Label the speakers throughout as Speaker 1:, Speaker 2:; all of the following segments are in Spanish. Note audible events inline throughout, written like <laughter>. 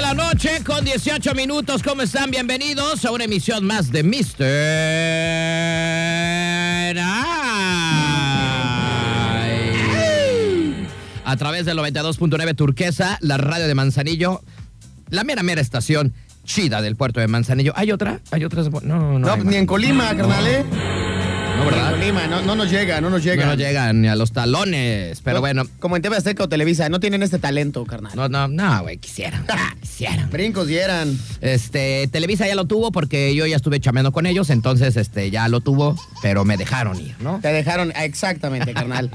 Speaker 1: la noche con 18 minutos. ¿Cómo están? Bienvenidos a una emisión más de Mister. Ay. A través del 92.9 Turquesa, la radio de Manzanillo, la mera mera estación chida del puerto de Manzanillo. ¿Hay otra? ¿Hay otras? No, no,
Speaker 2: No,
Speaker 1: hay
Speaker 2: ni en Colima, carnal, ¿eh?
Speaker 1: más. No, ¿verdad?
Speaker 2: Ni en Colima, no, no nos llega, no nos llega.
Speaker 1: No nos llegan ni a los talones, pero
Speaker 2: No,
Speaker 1: bueno.
Speaker 2: Como en TV Azteca o Televisa, no tienen este talento, carnal.
Speaker 1: No, no, no, güey, quisieran, <laughs> ah, quisieran.
Speaker 2: Brincos dieran.
Speaker 1: Este, Televisa ya lo tuvo porque yo ya estuve chameando con ellos, entonces este, ya lo tuvo, pero me dejaron ir, ¿no?
Speaker 2: Te dejaron ah, exactamente,
Speaker 1: <laughs>
Speaker 2: carnal.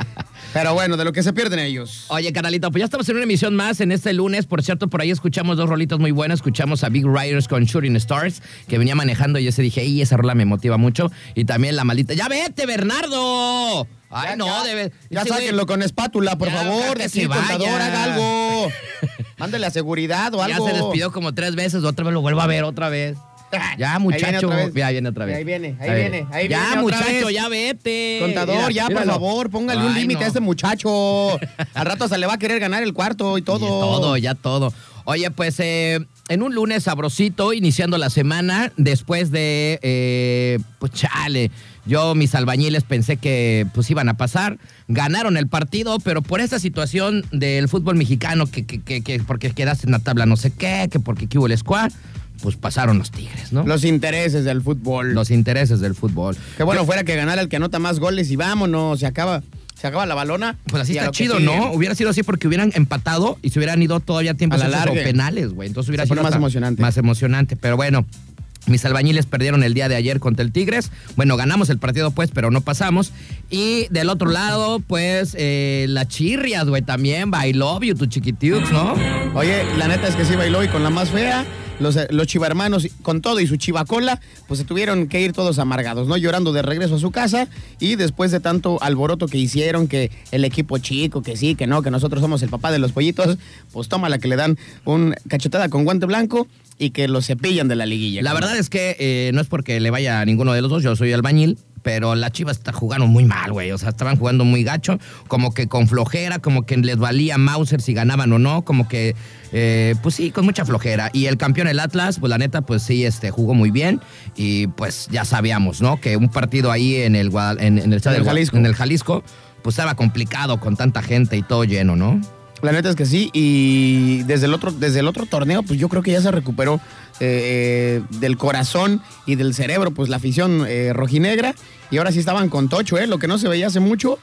Speaker 2: Pero bueno, de lo que se pierden ellos.
Speaker 1: Oye, canalito, pues ya estamos en una emisión más en este lunes. Por cierto, por ahí escuchamos dos rolitas muy buenas. Escuchamos a Big Riders con Shooting Stars, que venía manejando y yo se dije, y esa rola me motiva mucho. Y también la maldita, ¡ya vete, Bernardo! ¡Ay,
Speaker 2: Ya,
Speaker 1: no!
Speaker 2: ya,
Speaker 1: debe...
Speaker 2: Ya
Speaker 1: Ese güey-
Speaker 2: sáquenlo con espátula, por
Speaker 1: Ya,
Speaker 2: favor.
Speaker 1: que
Speaker 2: de aquí,
Speaker 1: se vaya.
Speaker 2: contador,
Speaker 1: <laughs>
Speaker 2: haga algo. Mándele a seguridad o
Speaker 1: Ya
Speaker 2: algo. Ah,
Speaker 1: se despidió como tres veces, otra vez lo vuelvo a ver otra vez. Ya,
Speaker 2: Ahí viene
Speaker 1: muchacho.
Speaker 2: otra vez.
Speaker 1: Ya viene otra vez.
Speaker 2: Ahí viene, ahí
Speaker 1: Ya
Speaker 2: viene, ahí
Speaker 1: ya,
Speaker 2: viene otra
Speaker 1: muchacho,
Speaker 2: vez.
Speaker 1: ya vete.
Speaker 2: Contador,
Speaker 1: Mira,
Speaker 2: ya, por
Speaker 1: míralo.
Speaker 2: favor, póngale un
Speaker 1: Ay,
Speaker 2: límite
Speaker 1: no.
Speaker 2: a este muchacho. Al rato se le va a querer ganar el cuarto y todo.
Speaker 1: Y todo, ya todo. Oye, pues eh, en un lunes sabrosito, iniciando la semana, después de, eh, pues chale, yo mis albañiles pensé que pues iban a pasar, ganaron el partido, pero por esta situación del fútbol mexicano, que, que, que- que porque quedaste en la tabla no sé qué, que porque que hubo el squad, pues pasaron los Tigres, ¿no? Los,
Speaker 2: Los intereses del fútbol.
Speaker 1: intereses del fútbol.
Speaker 2: Qué bueno fuera que ganara el que anota más goles y vámonos, se acaba, se acaba la balona.
Speaker 1: Pues así
Speaker 2: Y a
Speaker 1: está
Speaker 2: lo que
Speaker 1: chido,
Speaker 2: sigue.
Speaker 1: ¿no? Hubiera sido así porque hubieran empatado y se hubieran ido todavía a tiempos
Speaker 2: A la
Speaker 1: extras o
Speaker 2: larga.
Speaker 1: penales, güey. Entonces hubiera
Speaker 2: Se
Speaker 1: sido
Speaker 2: pone más
Speaker 1: hasta
Speaker 2: emocionante.
Speaker 1: Más emocionante, pero bueno. Mis albañiles perdieron el día de ayer contra el Tigres. Bueno, ganamos el partido, pues, pero no pasamos. Y del otro lado, pues, eh, las chirrias, güey, también. I love you, tu chiquitiux, ¿no?
Speaker 2: Oye, la neta es que sí bailó y con la más fea. Los, eh, los chivarmanos, con todo y su chivacola, pues se tuvieron que ir todos amargados, ¿no? Llorando de regreso a su casa y después de tanto alboroto que hicieron, que el equipo chico, que sí, que no, que nosotros somos el papá de los pollitos, pues toma la que le dan un cachetada con guante blanco y que los cepillan de la liguilla.
Speaker 1: La verdad es que eh, no es porque le vaya a ninguno de los dos, yo soy albañil, pero las chivas está- jugaron muy mal, güey. O sea, estaban jugando muy gacho, como que con flojera, como que les valía Mauser si ganaban o no, como que, eh, pues sí, con mucha flojera. Y el campeón, el Atlas, pues la neta, pues sí, este, jugó muy bien. Y pues ya sabíamos, ¿no? Que un partido ahí en el, Guada- en, en el, estadio
Speaker 2: el
Speaker 1: del Gua-
Speaker 2: Jalisco.
Speaker 1: en el Jalisco, pues estaba complicado con tanta gente y todo lleno, ¿no?
Speaker 2: La neta es que sí, y desde el otro, desde el otro torneo, pues yo creo que ya se recuperó eh, eh, del corazón y del cerebro, pues la afición eh, rojinegra, y ahora sí estaban con Tocho, eh, lo que no se veía hace mucho.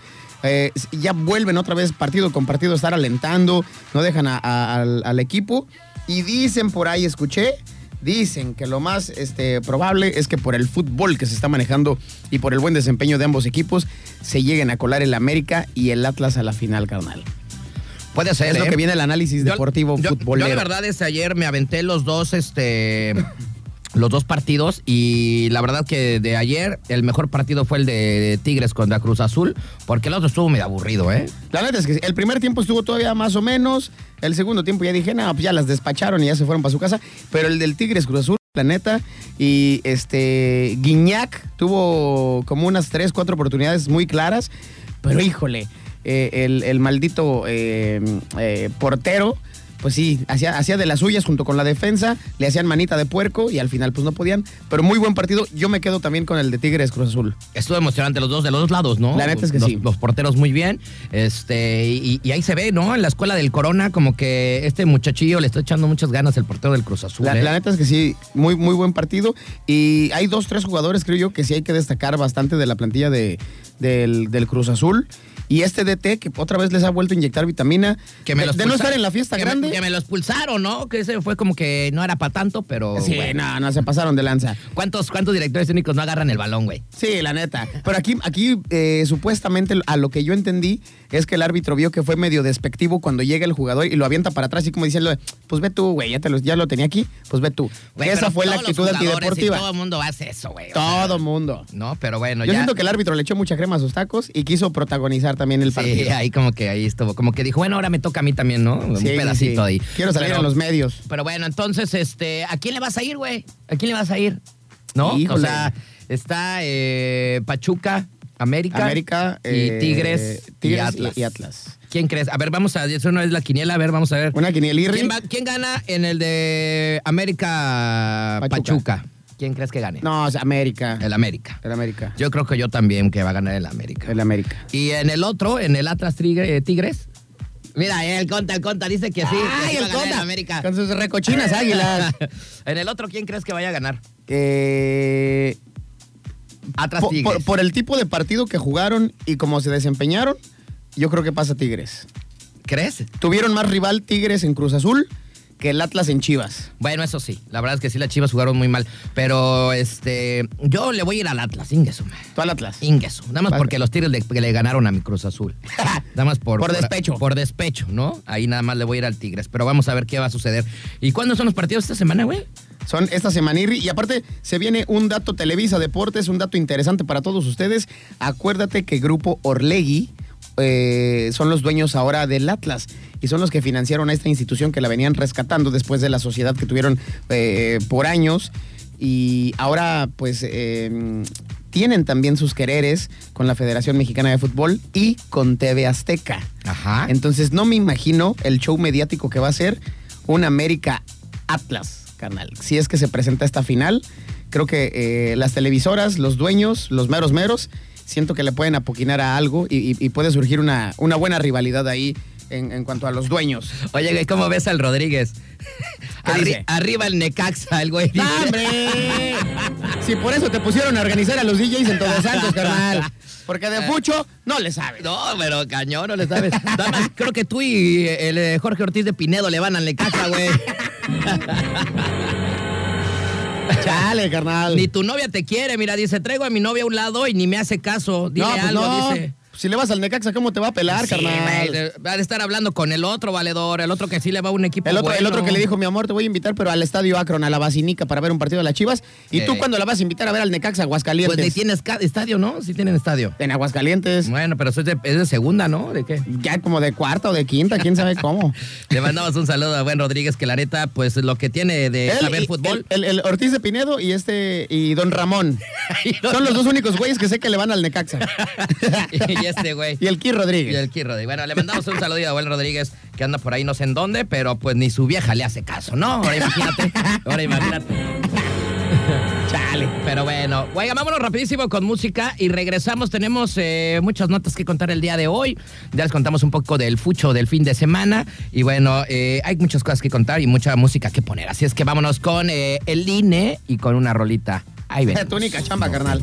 Speaker 2: eh, ya vuelven otra vez partido con partido a estar alentando, no dejan a- a- al, al equipo. Y dicen por ahí, escuché, dicen que lo más este, probable es que por el fútbol que se está manejando y por el buen desempeño de ambos equipos, se lleguen a colar el América y el Atlas a la final, carnal.
Speaker 1: Puede ser,
Speaker 2: Es lo
Speaker 1: ¿eh?
Speaker 2: que viene el análisis
Speaker 1: Yo-
Speaker 2: deportivo
Speaker 1: yo,
Speaker 2: futbolero.
Speaker 1: Yo, la verdad, es ayer me aventé los dos, este. Los dos partidos y la verdad que de ayer el mejor partido fue el de Tigres contra Cruz Azul porque el otro estuvo medio aburrido, ¿eh?
Speaker 2: La neta es que el primer tiempo estuvo todavía más o menos. El segundo tiempo ya dije, no, pues ya las despacharon y ya se fueron para su casa. Pero el del Tigres Cruz Azul, la neta, y este Guiñac tuvo como unas tres, cuatro oportunidades muy claras. Pero híjole, eh, el, el maldito eh, eh, portero. Pues sí, hacía, hacía de las suyas junto con la defensa, le hacían manita de puerco y al final pues no podían. Pero muy buen partido. Yo me quedo también con el de Tigres Cruz Azul.
Speaker 1: Estuvo emocionante los dos de los dos lados, ¿no?
Speaker 2: La neta es que
Speaker 1: Los-
Speaker 2: sí.
Speaker 1: Los porteros muy bien. Este, y, y ahí se ve, ¿no? En la escuela del Corona, como que este muchachillo le está echando muchas ganas el portero del Cruz Azul.
Speaker 2: La,
Speaker 1: ¿eh?
Speaker 2: la neta es que sí, muy, muy buen partido. Y hay dos, tres jugadores, creo yo, que sí hay que destacar bastante de la plantilla de, del, del Cruz Azul. Y este DT, que otra vez les ha vuelto a inyectar vitamina.
Speaker 1: que me
Speaker 2: de,
Speaker 1: los
Speaker 2: de no
Speaker 1: pulsa-
Speaker 2: estar en la fiesta
Speaker 1: que me-
Speaker 2: grande.
Speaker 1: que me lo expulsaron, ¿no? Que ese fue como que no era para tanto, pero.
Speaker 2: sí,
Speaker 1: bueno.
Speaker 2: no, no, se pasaron de lanza.
Speaker 1: ¿Cuántos, ¿Cuántos directores técnicos no agarran el balón, güey?
Speaker 2: Sí, la neta. Pero aquí, aquí eh, supuestamente, a lo que yo entendí, es que el árbitro vio que fue medio despectivo cuando llega el jugador y lo avienta para atrás, y como diciendo, pues ve tú, güey, ya, te lo- ya lo tenía aquí, pues ve tú.
Speaker 1: Güey,
Speaker 2: Esa
Speaker 1: pero
Speaker 2: fue la
Speaker 1: todos los
Speaker 2: actitud
Speaker 1: jugadores
Speaker 2: antideportiva.
Speaker 1: y todo el mundo hace eso, güey. o sea,
Speaker 2: Todo mundo.
Speaker 1: No, pero bueno,
Speaker 2: Yo
Speaker 1: ya.
Speaker 2: siento que el árbitro le echó mucha crema a sus tacos y quiso protagonizar también el
Speaker 1: Sí, <laughs>
Speaker 2: partido.
Speaker 1: ahí como que ahí estuvo. Como que dijo, bueno, ahora me toca a mí también, ¿no? Un
Speaker 2: Sí, sí,
Speaker 1: pedacito
Speaker 2: sí.
Speaker 1: ahí.
Speaker 2: Quiero salir
Speaker 1: Pero-
Speaker 2: en los medios.
Speaker 1: Pero bueno, entonces, este, ¿a quién le vas a ir, güey? ¿A quién le vas a ir? ¿No?
Speaker 2: Híjole.
Speaker 1: O sea, está eh, Pachuca, América,
Speaker 2: América,
Speaker 1: y
Speaker 2: eh,
Speaker 1: Tigres,
Speaker 2: Tigres
Speaker 1: y Atlas.
Speaker 2: y Atlas.
Speaker 1: ¿Quién crees? A ver, vamos a hacer una vez la quiniela, a ver, vamos a ver.
Speaker 2: Una quinielirri.
Speaker 1: ¿Quién, va- quién gana en el de América
Speaker 2: Pachuca.
Speaker 1: Pachuca? ¿Quién crees que gane?
Speaker 2: No, es América.
Speaker 1: El América.
Speaker 2: El América.
Speaker 1: Yo creo que yo también que va a ganar el América.
Speaker 2: El América.
Speaker 1: Y en el otro, en el Atlas Tigre- eh, Tigres. Mira, eh, el Conta, el Conta dice que sí. que sí va a ganar América.
Speaker 2: Con sus
Speaker 1: <laughs>
Speaker 2: recochinas águilas.
Speaker 1: en el otro, ¿quién crees que vaya a ganar?
Speaker 2: Eh,
Speaker 1: Atlas
Speaker 2: po- por,
Speaker 1: Tigres.
Speaker 2: por el tipo de partido que jugaron y cómo se desempeñaron, yo creo que pasa Tigres.
Speaker 1: ¿Crees?
Speaker 2: Tuvieron más rival Tigres en Cruz Azul que el Atlas en Chivas.
Speaker 1: Bueno, eso sí. La verdad es que sí, las Chivas jugaron muy mal. Pero este, yo le voy a ir al Atlas, Ingesu.
Speaker 2: Tú al Atlas.
Speaker 1: Ingesu. Nada más
Speaker 2: Vale.
Speaker 1: porque los Tigres le, que le ganaron a mi Cruz
Speaker 2: <laughs>
Speaker 1: Azul. Nada más por,
Speaker 2: Por despecho.
Speaker 1: Por despecho, ¿no? Ahí nada más le voy a ir al Tigres. Pero vamos a ver qué va a suceder. ¿Y cuándo son los partidos esta semana, güey?
Speaker 2: Son esta semana Irri. y aparte se viene un dato Televisa Deportes, un dato interesante para todos ustedes. Acuérdate que Grupo Orlegui eh, son los dueños ahora del Atlas y son los que financiaron a esta institución que la venían rescatando después de la sociedad que tuvieron eh, por años y ahora pues eh, tienen también sus quereres con la Federación Mexicana de Fútbol y con TV Azteca.
Speaker 1: Ajá.
Speaker 2: Entonces no me imagino el show mediático que va a ser un América Atlas, carnal. Si es que se presenta esta final, creo que eh, las televisoras, los dueños, los meros meros, siento que le pueden apoquinar a algo y, y- y puede surgir una, una buena rivalidad ahí en, en cuanto a los dueños.
Speaker 1: Oye, güey, ¿cómo ves al Rodríguez?
Speaker 2: <laughs> ¿Qué
Speaker 1: Arri-
Speaker 2: dice?
Speaker 1: Arriba el Necaxa, el
Speaker 2: <laughs>
Speaker 1: güey. dice.
Speaker 2: ¡Hombre! Si por eso te pusieron a organizar a los DJs en Todos Santos, carnal. Porque de mucho no le sabes.
Speaker 1: No, pero cañón, no le sabes. Nada más, creo que tú y el eh, Jorge Ortiz de Pinedo le van al Necaxa,
Speaker 2: <laughs>
Speaker 1: güey.
Speaker 2: Chale, carnal.
Speaker 1: Ni tu novia te quiere, mira, dice, traigo a mi novia a un lado y ni me hace caso. Dile
Speaker 2: No, pues
Speaker 1: algo,
Speaker 2: no.
Speaker 1: dice.
Speaker 2: Si le vas al Necaxa, ¿cómo te va a pelar,
Speaker 1: Sí,
Speaker 2: carnal?
Speaker 1: güey, eh, Va a estar hablando con el otro valedor, el otro que sí le va a un equipo.
Speaker 2: El otro, el
Speaker 1: bueno.
Speaker 2: otro que le dijo, mi amor, te voy a invitar, pero al estadio Akron, a la Basinica, para ver un partido de las Chivas. ¿Y tú
Speaker 1: Ey.
Speaker 2: cuándo la vas a invitar a ver al Necaxa, Aguascalientes?
Speaker 1: Pues ni tienes ca- estadio, ¿no? Sí tienen estadio.
Speaker 2: En Aguascalientes,
Speaker 1: Bueno, pero eso es de, es de segunda, ¿no? ¿De qué?
Speaker 2: ya como de cuarta o de quinta, quién sabe
Speaker 1: <laughs>
Speaker 2: cómo.
Speaker 1: Le mandamos un saludo a Buen Rodríguez, que la neta, pues lo que tiene de
Speaker 2: Él
Speaker 1: saber
Speaker 2: y-
Speaker 1: fútbol.
Speaker 2: El, el- el Ortiz de Pinedo y este, y
Speaker 1: <laughs>
Speaker 2: Don Ramón. Son los dos únicos güeyes que sé que le van al Necaxa.
Speaker 1: <laughs> y este güey.
Speaker 2: y el Kir Rodríguez.
Speaker 1: Y el Kid Rodríguez. Bueno, le mandamos un saludo a Buen Rodríguez, que anda por ahí no sé en dónde, pero pues ni su vieja le hace caso, ¿no? Ahora imagínate, <laughs> ahora imagínate. Chale. Pero bueno, oiga, vámonos rapidísimo con música y regresamos. Tenemos eh, muchas notas que contar el día de hoy. Ya les contamos un poco del fucho del fin de semana. Y bueno, eh, hay muchas cosas que contar y mucha música que poner. Así es que vámonos con eh, el INE y con una rolita. <laughs> Ahí ven.
Speaker 2: Tu única chamba, carnal.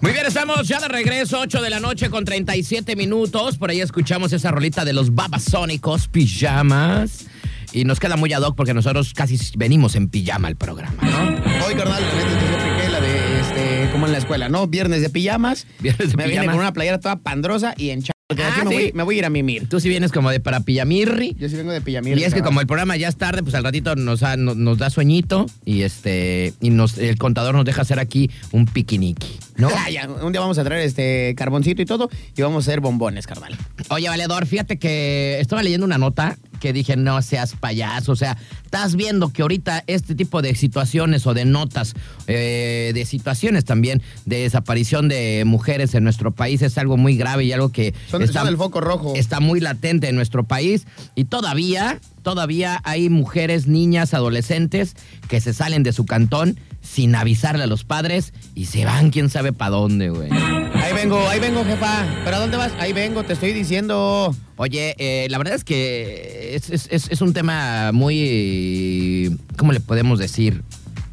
Speaker 1: Muy bien, estamos ya de regreso, 8 de la noche con 37 minutos. Por ahí escuchamos esa rolita de los babasónicos, pijamas. Y nos queda muy ad hoc porque nosotros casi venimos en pijama al programa, ¿no?
Speaker 2: Hoy, carnal, la neta, entonces yo apliqué la de, este, como en la escuela, ¿no? Viernes de pijamas.
Speaker 1: Viernes de
Speaker 2: me vine
Speaker 1: pijamas.
Speaker 2: con una playera toda pandrosa y en ch... porque de
Speaker 1: Ah,
Speaker 2: aquí me,
Speaker 1: ¿sí?
Speaker 2: voy, me voy a ir a mimir.
Speaker 1: Tú sí vienes como de para pijamirri.
Speaker 2: Yo sí vengo de pijamir.
Speaker 1: Y es que como
Speaker 2: <laughs>
Speaker 1: el programa ya es tarde, pues al ratito nos, da- no- nos da sueñito y este y nos, el contador nos deja hacer aquí un piquiniqui, ¿no?
Speaker 2: Ah, ya, un día vamos a traer este carboncito y todo y vamos a hacer bombones, carnal.
Speaker 1: Oye, Valedor, fíjate que estaba leyendo una nota que dije, no seas payaso. O sea, estás viendo que ahorita este tipo de situaciones o de notas, eh, de situaciones también, de desaparición de mujeres en nuestro país es algo muy grave y algo que
Speaker 2: Son, son el foco rojo.
Speaker 1: está muy latente en nuestro país y todavía, todavía hay mujeres, niñas, adolescentes que se salen de su cantón sin avisarle a los padres y se van quién sabe para dónde, güey.
Speaker 2: Ahí vengo, ahí vengo, jefa. ¿Pero a dónde vas? Ahí vengo, te estoy diciendo.
Speaker 1: Oye, eh, la verdad es que es, es- es- es un tema muy, ¿cómo le podemos decir?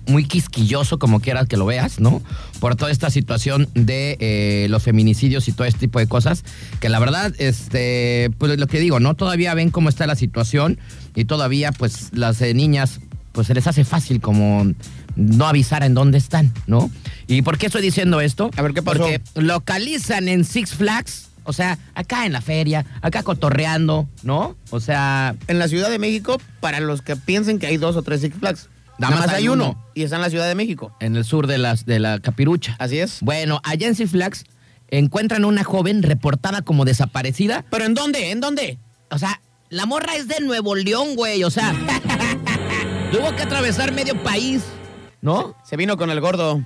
Speaker 1: Muy quisquilloso, como quieras que lo veas, ¿no? Por toda esta situación de eh, los feminicidios y todo este tipo de cosas, que la verdad, este, pues lo que digo, ¿no? Todavía ven cómo está la situación y todavía, pues, las eh, niñas, pues se les hace fácil como no avisar en dónde están, ¿no? ¿Y por qué estoy diciendo esto?
Speaker 2: A ver, ¿qué pasó?
Speaker 1: Porque localizan en Six Flags, o sea, acá en la feria, acá cotorreando, ¿no? O sea,
Speaker 2: En la Ciudad de México, para los que piensen que hay dos o tres Six Flags,
Speaker 1: Nada más hay uno.
Speaker 2: Y está en la Ciudad de México.
Speaker 1: en el sur de, las, de la Capirucha.
Speaker 2: Así es.
Speaker 1: Bueno, allá en Six Flags encuentran a una joven reportada como desaparecida.
Speaker 2: ¿Pero en dónde? ¿En dónde?
Speaker 1: O sea, la morra es de Nuevo León, güey, o sea, <laughs> tuvo que atravesar medio país, ¿no?
Speaker 2: Se vino con el gordo.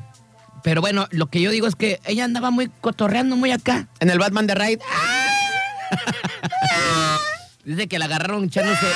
Speaker 1: Pero bueno, lo que yo digo es que ella andaba muy cotorreando, muy acá.
Speaker 2: En el Batman de Raid.
Speaker 1: Dice que la agarraron echándose,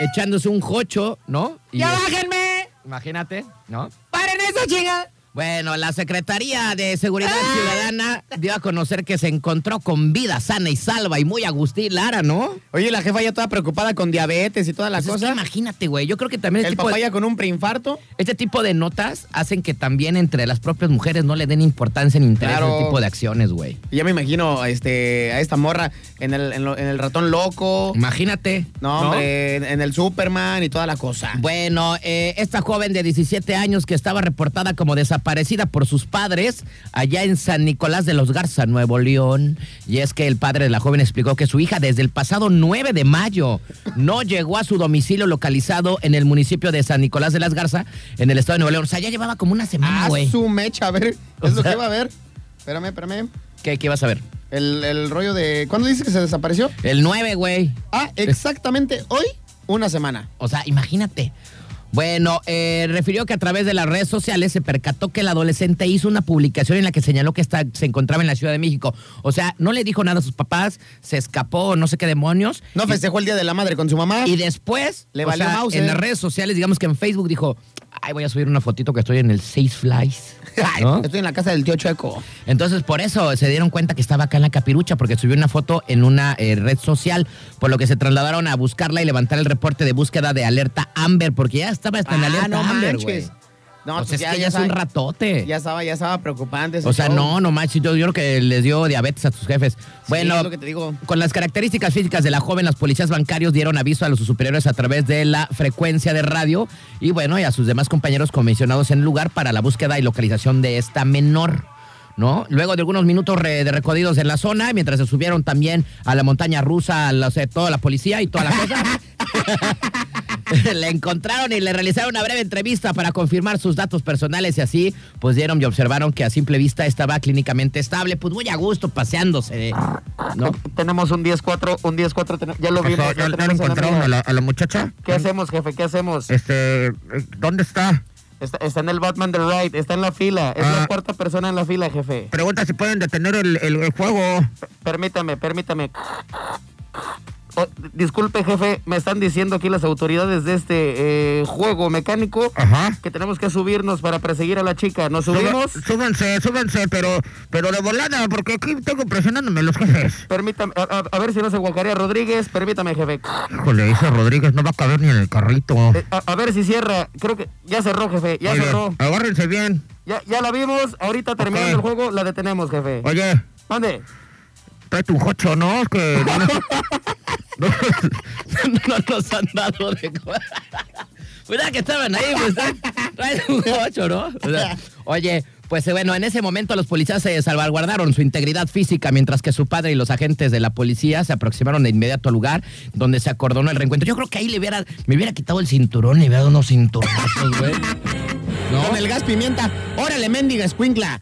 Speaker 1: echándose un jocho, ¿no? Y
Speaker 2: ¡Ya
Speaker 1: es-
Speaker 2: bájenme!
Speaker 1: imagínate, ¿no?
Speaker 2: ¡Paren esa chinga! Ah.
Speaker 1: Bueno, la Secretaría de Seguridad Ciudadana dio a conocer que se encontró con vida sana y salva y muy Agustín Lara, ¿no?
Speaker 2: Oye, la jefa ya toda preocupada con diabetes y toda la
Speaker 1: Pues es que
Speaker 2: cosa.
Speaker 1: imagínate, güey. Yo creo que también
Speaker 2: El
Speaker 1: este tipo,
Speaker 2: papá
Speaker 1: de,
Speaker 2: ya con un preinfarto.
Speaker 1: este tipo de notas hacen que también entre las propias mujeres no le den importancia ni interés a
Speaker 2: Claro.
Speaker 1: este tipo de acciones, güey.
Speaker 2: Y Ya me imagino este, a esta morra en el, en lo- en el ratón loco.
Speaker 1: Imagínate.
Speaker 2: No, hombre, en, en el Superman y toda la cosa.
Speaker 1: Bueno, eh, esta joven de 17 años que estaba reportada como desaparecida por sus padres allá en San Nicolás de los Garza, Nuevo León. Y es que el padre de la joven explicó que su hija desde el pasado 9 de mayo no llegó a su domicilio localizado en el municipio de San Nicolás de las Garza, en el estado de Nuevo León. O sea, ya llevaba como una semana,
Speaker 2: Ah,
Speaker 1: güey.
Speaker 2: su mecha, a ver. Es
Speaker 1: O
Speaker 2: lo
Speaker 1: sea-
Speaker 2: que va a ver. Espérame, espérame.
Speaker 1: ¿Qué, ¿Qué vas a ver?
Speaker 2: El, el rollo de. ¿Cuándo dice que se desapareció?
Speaker 1: El 9, güey.
Speaker 2: Ah, exactamente hoy, una semana.
Speaker 1: O sea, imagínate. Bueno, eh, refirió que a través de las redes sociales se percató que el adolescente hizo una publicación en la que señaló que está- se encontraba en la Ciudad de México. O sea, no le dijo nada a sus papás, se escapó, no sé qué demonios.
Speaker 2: No festejó el Día de la Madre con su mamá.
Speaker 1: Y después,
Speaker 2: Le
Speaker 1: o
Speaker 2: valió
Speaker 1: sea,
Speaker 2: mouse,
Speaker 1: en
Speaker 2: eh.
Speaker 1: las redes sociales, digamos que en Facebook dijo, ay, voy a subir una fotito que estoy en el Six Flies.
Speaker 2: Ay,
Speaker 1: ¿no?
Speaker 2: Estoy en la casa del tío Chueco.
Speaker 1: Entonces, por eso se dieron cuenta que estaba acá en la capirucha, porque subió una foto en una eh, red social, por lo que se trasladaron a buscarla y levantar el reporte de búsqueda de alerta Amber, porque ya estaba hasta en alerta Amber, güey.
Speaker 2: Ah, No,
Speaker 1: o sea,
Speaker 2: pues
Speaker 1: es
Speaker 2: ya,
Speaker 1: que
Speaker 2: ya
Speaker 1: ya es un
Speaker 2: estaba-
Speaker 1: ratote.
Speaker 2: Ya estaba, ya estaba preocupante. ese
Speaker 1: o sea,
Speaker 2: show.
Speaker 1: no, no manches, yo, yo creo que les dio diabetes a sus jefes.
Speaker 2: Sí,
Speaker 1: Bueno,
Speaker 2: es lo que te digo.
Speaker 1: con las características físicas de la joven, las policías bancarios dieron aviso a los superiores a través de la frecuencia de radio y bueno, y a sus demás compañeros comisionados en el lugar para la búsqueda y localización de esta menor. ¿No? Luego de algunos minutos re- de recorridos en la zona, mientras se subieron también a la montaña rusa, a la- o sea, toda la policía y toda la cosa, <laughs> le encontraron y le realizaron una breve entrevista para confirmar sus datos personales y así, pues dieron y observaron que a simple vista estaba clínicamente estable, pues muy a gusto paseándose, ¿no?
Speaker 2: Tenemos un 10-4, un 10-4, ten- ya lo vimos. ya tenemos una amiga.
Speaker 1: la, muchacha?
Speaker 2: ¿Qué hacemos, jefe? ¿Qué hacemos?
Speaker 1: Este, ¿dónde está?
Speaker 2: Está, está en el Batman del Right, está en la fila. Es
Speaker 1: Ah.
Speaker 2: la cuarta persona en la fila, jefe.
Speaker 1: Pregunta si pueden detener el, juego.
Speaker 2: Permítame, permítame. Oh, disculpe, jefe, me están diciendo aquí las autoridades de este eh, juego mecánico
Speaker 1: Ajá.
Speaker 2: que tenemos que subirnos para perseguir a la chica. ¿Nos subimos?
Speaker 1: Súbanse, súbanse, pero, pero de volada, porque aquí tengo presionándome los jefes.
Speaker 2: Permítame, a, a- a ver si no se guacarea Rodríguez. Permítame, jefe.
Speaker 1: Híjole, dice Rodríguez, no va a caber ni en el carrito.
Speaker 2: Eh, a, a ver si cierra. Creo que ya cerró, jefe. Ya
Speaker 1: Oye,
Speaker 2: cerró.
Speaker 1: Agárrense bien.
Speaker 2: Ya, ya la vimos. Ahorita terminando
Speaker 1: Ok.
Speaker 2: el juego, la detenemos, jefe.
Speaker 1: Oye,
Speaker 2: ¿Dónde?
Speaker 1: trae tu jocho, ¿no? Es que no
Speaker 2: <laughs>
Speaker 1: nos, no, <laughs> no nos han dado de comer. Mira que estaban ahí, pues trae- trae un jocho, ¿no? O sea, oye, pues eh, bueno, en ese momento los policías se salvaguardaron su integridad física, mientras que su padre y los agentes de la policía se aproximaron de inmediato al lugar donde se acordonó el reencuentro. Yo creo que ahí le hubiera, me hubiera quitado el cinturón y hubiera dado unos cinturonazos, güey.
Speaker 2: Con el gas pimienta. Órale, mendiga, escuincla.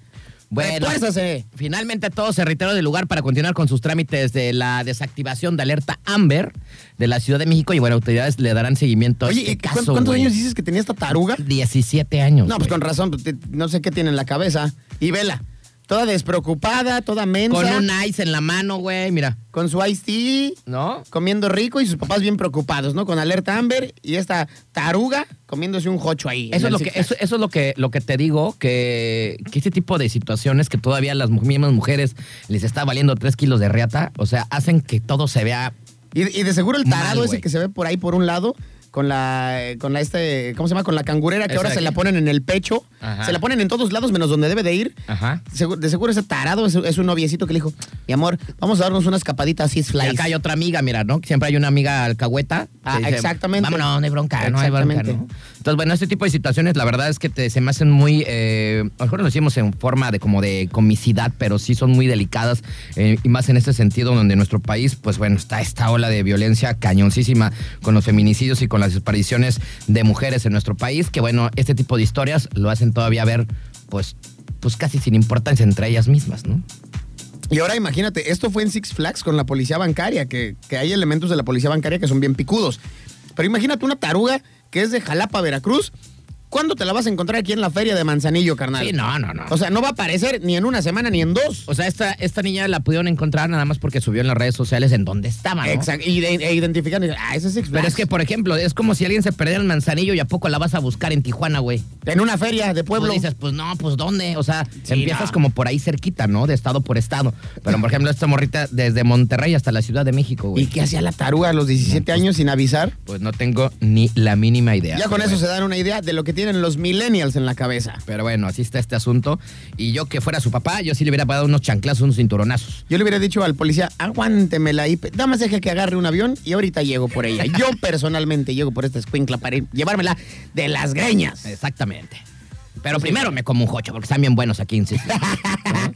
Speaker 1: Bueno,
Speaker 2: Retuérzase.
Speaker 1: finalmente todo se retiró del lugar para continuar con sus trámites de la desactivación de alerta Amber de la Ciudad de México y bueno, autoridades le darán seguimiento a
Speaker 2: Oye,
Speaker 1: este
Speaker 2: ¿y cuán-
Speaker 1: caso.
Speaker 2: ¿cuántos
Speaker 1: güey.
Speaker 2: años dices que tenía esta taruga?
Speaker 1: 17 años.
Speaker 2: No, pues
Speaker 1: güey.
Speaker 2: con razón, pues, te- no sé qué tiene en la cabeza. Y vela, toda despreocupada, toda mensa,
Speaker 1: con
Speaker 2: con,
Speaker 1: un ice en la mano, güey, mira,
Speaker 2: su iced tea,
Speaker 1: ¿no?
Speaker 2: comiendo rico y sus papás bien preocupados, ¿no? Con alerta Amber y esta taruga comiéndose un jocho ahí. en
Speaker 1: Eso es,
Speaker 2: el
Speaker 1: lo que,
Speaker 2: Six
Speaker 1: eso, eso es lo que lo que te digo, que, que este tipo de situaciones que todavía las mu- mismas mujeres les está valiendo 3 kilos de reata, o sea, hacen que todo se vea
Speaker 2: Y, y de seguro el tarado
Speaker 1: Mal,
Speaker 2: ese
Speaker 1: güey.
Speaker 2: que se ve por ahí por un lado con la eh, con la este ¿cómo se llama? con la cangurera que
Speaker 1: Esa
Speaker 2: ahora
Speaker 1: de
Speaker 2: se
Speaker 1: aquí.
Speaker 2: la ponen en el pecho.
Speaker 1: Ajá.
Speaker 2: Se la ponen en todos lados menos donde debe de ir.
Speaker 1: Ajá.
Speaker 2: Segu- De seguro ese tarado es, es un noviecito que le dijo, "Mi amor, vamos a darnos una escapadita así
Speaker 1: Y
Speaker 2: flies."
Speaker 1: acá hay otra amiga, mira, ¿no? Siempre hay una amiga alcahueta. que
Speaker 2: Ah, exactamente.
Speaker 1: Vámonos, no hay bronca, no hay bronca, ¿no?".
Speaker 2: Exactamente.
Speaker 1: Entonces, bueno, este tipo de situaciones, la verdad es que te- se me hacen muy. Eh, a lo mejor lo decimos en forma de como de comicidad, pero sí son muy delicadas. eh, y más en este sentido, donde nuestro país, pues bueno, está esta ola de violencia cañoncísima con los feminicidios y con las desapariciones de mujeres en nuestro país, que bueno, este tipo de historias lo hacen todavía ver, pues. Pues casi sin importancia entre ellas mismas, ¿no?
Speaker 2: Y ahora imagínate, esto fue en Six Flags con la policía bancaria, que, que hay elementos de la policía bancaria que son bien picudos. Pero imagínate una taruga que es de Jalapa, Veracruz, ¿Cuándo te la vas a encontrar aquí en la feria de Manzanillo, carnal?
Speaker 1: Sí, no, Pues no, no.
Speaker 2: O sea, no va a aparecer ni en una semana ni en dos.
Speaker 1: O sea, esta, esta niña la pudieron encontrar nada más porque subió en las redes sociales en donde estaba, ¿no?
Speaker 2: Exacto. Y de- e identifican y dicen, ah, ese es Six
Speaker 1: Pero es que, por ejemplo, es como si alguien se perdiera en Manzanillo y a poco la vas a buscar en Tijuana, güey.
Speaker 2: En una feria de pueblo.
Speaker 1: Tú dices, pues no, pues ¿dónde? O sea,
Speaker 2: Sí,
Speaker 1: empiezas
Speaker 2: no.
Speaker 1: como por ahí cerquita, ¿no? De estado por estado. Pero, por ejemplo, esta morrita desde Monterrey hasta la Ciudad de México,
Speaker 2: ¿Y
Speaker 1: güey.
Speaker 2: qué hacía la taruga a los 17 años sin avisar?
Speaker 1: Pues no tengo ni la mínima idea.
Speaker 2: Ya con
Speaker 1: pero
Speaker 2: eso
Speaker 1: bueno.
Speaker 2: se dan una idea de lo que tienen los millennials en la cabeza.
Speaker 1: Pero bueno, así está este asunto. Y yo que fuera su papá, yo sí le hubiera dado unos chanclazos, unos cinturonazos.
Speaker 2: Yo le hubiera dicho al policía, aguántemela ahí, nada más deje que agarre un avión y ahorita llego por ella. Yo personalmente llego por esta escuincla para ir- llevármela de las greñas.
Speaker 1: Exactamente. Pero primero me como un jocho, porque están bien buenos aquí,
Speaker 2: <laughs>
Speaker 1: insisto. ¿No?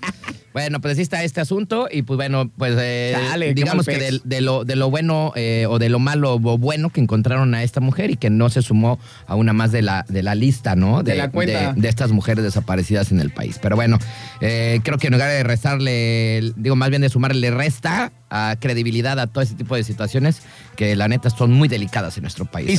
Speaker 1: Bueno, pues así está este asunto y pues bueno, pues eh,
Speaker 2: Chale, qué
Speaker 1: digamos
Speaker 2: mal
Speaker 1: que
Speaker 2: pez.
Speaker 1: del- de, lo, de lo bueno eh, o de lo malo o bueno que encontraron a esta mujer y que no se sumó a una más de la, de la lista, ¿no?
Speaker 2: De la cuenta.
Speaker 1: de estas mujeres desaparecidas en el país. Pero bueno, eh, creo que en lugar de restarle, digo más bien de sumarle resta a credibilidad a todo ese tipo de situaciones que la neta son muy delicadas en nuestro país.
Speaker 2: Y
Speaker 1: ahora,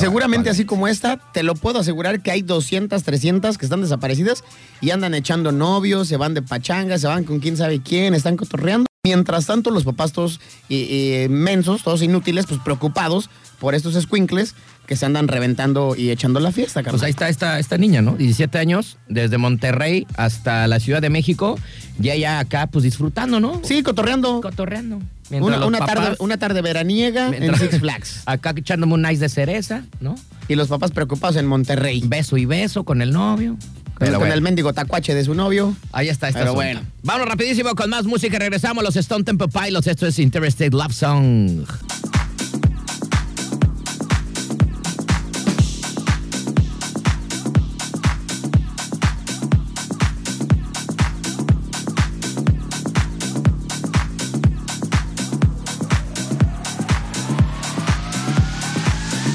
Speaker 1: actualmente.
Speaker 2: seguramente así como esta, te lo puedo asegurar que hay 200, 300 que están desaparecidas y andan echando novios, se van de pachanga, se van con quién sabe quién, están cotorreando. Mientras tanto, los papás todos eh, eh, mensos, todos inútiles, pues preocupados por estos escuincles que se andan reventando y echando la fiesta, carnal.
Speaker 1: Pues ahí está esta, esta niña, ¿no? 17 años, desde Monterrey hasta la Ciudad de México, y ella acá, pues disfrutando, ¿no?
Speaker 2: sí, cotorreando.
Speaker 1: Cotorreando. Mientras
Speaker 2: Una,
Speaker 1: los
Speaker 2: una
Speaker 1: papás,
Speaker 2: tarde, una tarde veraniega
Speaker 1: Mientras-
Speaker 2: en Six Flags.
Speaker 1: <laughs> Acá echándome un ice de cereza, ¿no?
Speaker 2: Y los papás preocupados en Monterrey.
Speaker 1: Beso y beso con el novio. Pero
Speaker 2: con
Speaker 1: bueno,
Speaker 2: el mendigo tacuache de su novio.
Speaker 1: ahí está esta
Speaker 2: Pero bueno.
Speaker 1: Vamos rapidísimo con más música. Regresamos los Stone Temple Pilots. Esto es Interstate Love Song.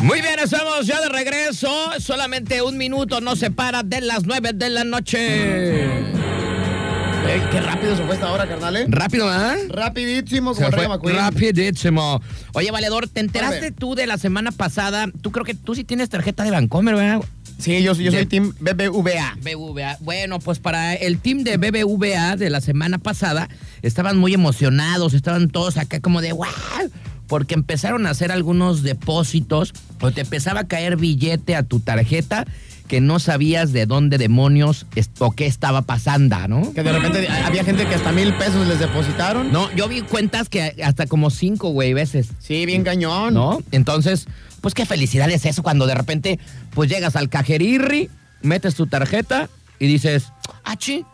Speaker 1: Muy bien, estamos ya de regreso. Solamente un minuto nos separa de las 9 de la noche.
Speaker 2: Ey,
Speaker 1: Eh,
Speaker 2: qué rápido se fue esta hora, carnal, ¿eh?
Speaker 1: Rápido, ¿ah?
Speaker 2: Rapidísimo,
Speaker 1: Se
Speaker 2: como Rayo
Speaker 1: fue
Speaker 2: McQueen.
Speaker 1: rapidísimo. Oye, Valedor, ¿te enteraste
Speaker 2: Órale.
Speaker 1: tú de la semana pasada? Tú creo que tú sí tienes tarjeta de Bancomer, ¿verdad?
Speaker 2: Sí, yo, yo
Speaker 1: De-
Speaker 2: soy Team BBVA.
Speaker 1: BBVA. Bueno, pues para el team de BBVA de la semana pasada, estaban muy emocionados, estaban todos acá como de ¡guau! Porque empezaron a hacer algunos depósitos o te empezaba a caer billete a tu tarjeta que no sabías de dónde demonios est- o qué estaba pasando, ¿no?
Speaker 2: Que de repente a- había gente que hasta mil pesos les depositaron.
Speaker 1: No, yo vi cuentas que hasta como cinco, güey, veces.
Speaker 2: Sí, bien cañón.
Speaker 1: ¿no? Entonces, pues qué felicidad es eso cuando de repente, pues llegas al cajerirri, metes tu tarjeta y dices, ah, chi,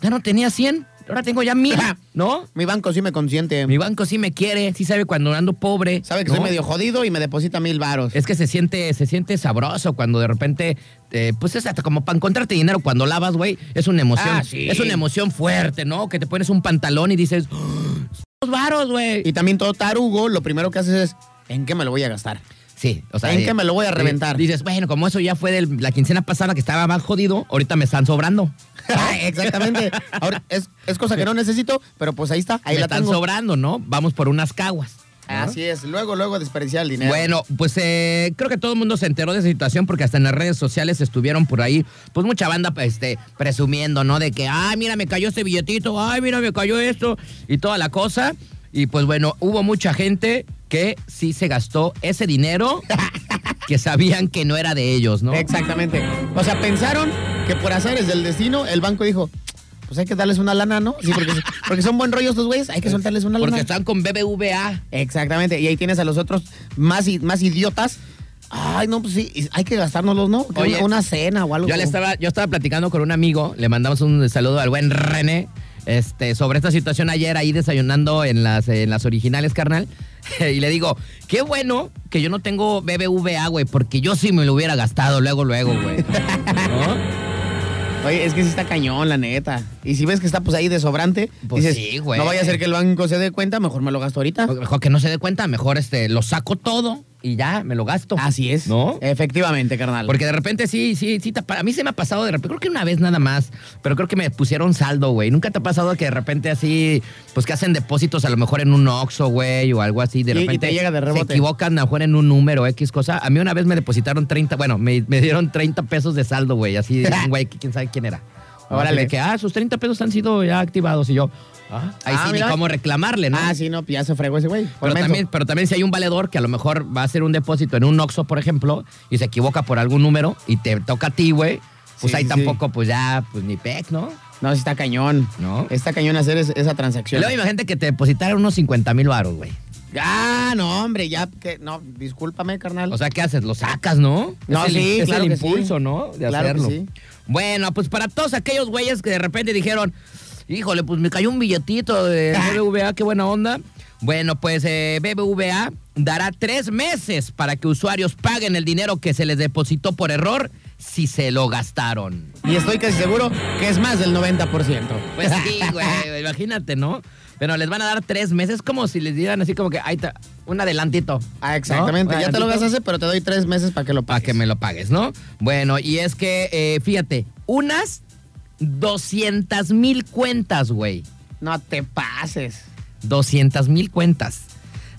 Speaker 1: ya no tenía 100, ahora tengo ya
Speaker 2: <laughs>
Speaker 1: mil, ¿no?
Speaker 2: Mi banco sí me consiente.
Speaker 1: Mi banco sí me quiere, sí sabe cuando ando pobre.
Speaker 2: Sabe que
Speaker 1: ¿no?
Speaker 2: soy medio jodido y me deposita mil varos.
Speaker 1: Es que se siente, se siente sabroso cuando de repente, eh, pues es hasta como para encontrarte dinero cuando lavas, güey. Es una emoción.
Speaker 2: Ah, sí.
Speaker 1: Es una emoción fuerte, ¿no? Que te pones un pantalón y dices, ¡Dos varos, güey!
Speaker 2: Y también todo tarugo, lo primero que haces es, ¿en qué me lo voy
Speaker 1: <laughs>
Speaker 2: a gastar?
Speaker 1: Sí, o sea.
Speaker 2: ¿En
Speaker 1: eh,
Speaker 2: qué me lo voy a
Speaker 1: eh,
Speaker 2: reventar?
Speaker 1: Dices, bueno, como eso ya fue de la quincena pasada que estaba más jodido, ahorita me están sobrando.
Speaker 2: Ah, Exactamente. Ahora, es, es cosa que no necesito, pero pues ahí está, ahí
Speaker 1: me
Speaker 2: la
Speaker 1: están
Speaker 2: tengo.
Speaker 1: sobrando, ¿no? Vamos por unas caguas. ¿no?
Speaker 2: Así es, luego, luego desperdiciar el dinero.
Speaker 1: Bueno, pues eh, creo que todo el mundo se enteró de esa situación porque hasta en las redes sociales estuvieron por ahí, pues mucha banda este, presumiendo, ¿no? De que, ay, mira, me cayó este billetito, ay, mira, me cayó esto y toda la cosa. Y pues bueno, hubo mucha gente que sí se gastó ese
Speaker 2: <laughs>
Speaker 1: dinero que sabían que no era de ellos, ¿no?
Speaker 2: Exactamente. O sea, pensaron que por azares del destino, el banco dijo, pues hay que darles una lana, ¿no? Sí,
Speaker 1: <laughs>
Speaker 2: porque, porque son buen rollos estos güeyes, hay que soltarles una lana.
Speaker 1: Porque están con BBVA.
Speaker 2: Exactamente, y ahí tienes a los otros más, i- más idiotas. Ay, no, pues sí, y hay que gastárnoslos, ¿no? Que
Speaker 1: Oye,
Speaker 2: una, una cena o algo.
Speaker 1: Yo, le estaba, yo estaba platicando con un amigo, le mandamos un saludo al buen René, este, sobre esta situación ayer ahí desayunando en las, en las originales, carnal. <laughs> Y le digo, qué bueno que yo no tengo BBVA, güey, porque yo sí me lo hubiera gastado luego, luego, güey. ¿No?
Speaker 2: Oye, es que sí está cañón, la neta. Y si ves que está pues ahí de sobrante,
Speaker 1: Pues
Speaker 2: dices,
Speaker 1: sí, güey.
Speaker 2: no vaya a ser que el banco se dé cuenta, mejor me lo gasto ahorita.
Speaker 1: Mejor que no se dé cuenta, mejor este, lo saco todo, y ya me lo gasto.
Speaker 2: Así es.
Speaker 1: ¿No?
Speaker 2: Efectivamente, carnal.
Speaker 1: Porque de repente sí, sí, sí, te- para mí se me ha pasado de repente, creo que una vez nada más, pero creo que me pusieron saldo, güey. ¿Nunca te ha pasado que de repente así, pues que hacen depósitos a lo mejor en un Oxxo, güey, o algo así,
Speaker 2: Y-
Speaker 1: de
Speaker 2: y te
Speaker 1: repente
Speaker 2: llega de
Speaker 1: se
Speaker 2: rebote.
Speaker 1: equivocan a lo mejor en un número X cosa. A mí una vez me depositaron 30, bueno, me, me dieron 30 pesos de saldo, güey, así de un güey que quién sabe quién era.
Speaker 2: <laughs> Órale.
Speaker 1: Órale. que, ah, sus 30 pesos han sido ya activados y yo, ah, ahí
Speaker 2: Ah,
Speaker 1: sí,
Speaker 2: mira.
Speaker 1: ni cómo reclamarle, ¿no?
Speaker 2: Ah, sí, no, ya se fregó ese güey.
Speaker 1: Pero
Speaker 2: Por
Speaker 1: también, pero también si hay un valedor que a lo mejor va a hacer un depósito en un Oxxo, por ejemplo, y se equivoca por algún número y te toca a ti, güey, pues
Speaker 2: Sí,
Speaker 1: ahí
Speaker 2: sí,
Speaker 1: tampoco, pues ya, pues ni pec, ¿no?
Speaker 2: No, sí está cañón.
Speaker 1: ¿No?
Speaker 2: Está cañón hacer es- esa
Speaker 1: Y
Speaker 2: transacción.
Speaker 1: luego imagínate que te depositaron unos 50 mil baros, güey.
Speaker 2: Ah, no, hombre, ya. Que, no, discúlpame, carnal.
Speaker 1: O sea, ¿qué haces? Lo sacas, ¿no?
Speaker 2: No,
Speaker 1: es el,
Speaker 2: sí,
Speaker 1: es el
Speaker 2: claro que sí.
Speaker 1: impulso, ¿no? De
Speaker 2: Claro que
Speaker 1: hacerlo.
Speaker 2: sí.
Speaker 1: Bueno, pues para todos aquellos güeyes que de repente dijeron, híjole, pues me cayó un billetito
Speaker 2: <laughs>
Speaker 1: de BBVA, qué buena onda. Bueno, pues eh, BBVA dará tres meses para que usuarios paguen el dinero que se les depositó por error si se lo gastaron.
Speaker 2: y estoy casi seguro que es más del 90%.
Speaker 1: Pues
Speaker 2: <laughs>
Speaker 1: sí, güey, imagínate, ¿no? Pero les van a dar tres meses como si les dieran así como que, ahí está, un adelantito.
Speaker 2: Ah, exactamente.
Speaker 1: ¿no?
Speaker 2: Ya te lo
Speaker 1: Adelantito.
Speaker 2: gastaste, pero te doy tres meses para que lo
Speaker 1: para
Speaker 2: pagues.
Speaker 1: que me lo pagues, ¿no? Bueno, y es que, eh, fíjate, unas 200 mil cuentas, güey.
Speaker 2: No te pases.
Speaker 1: 200 mil cuentas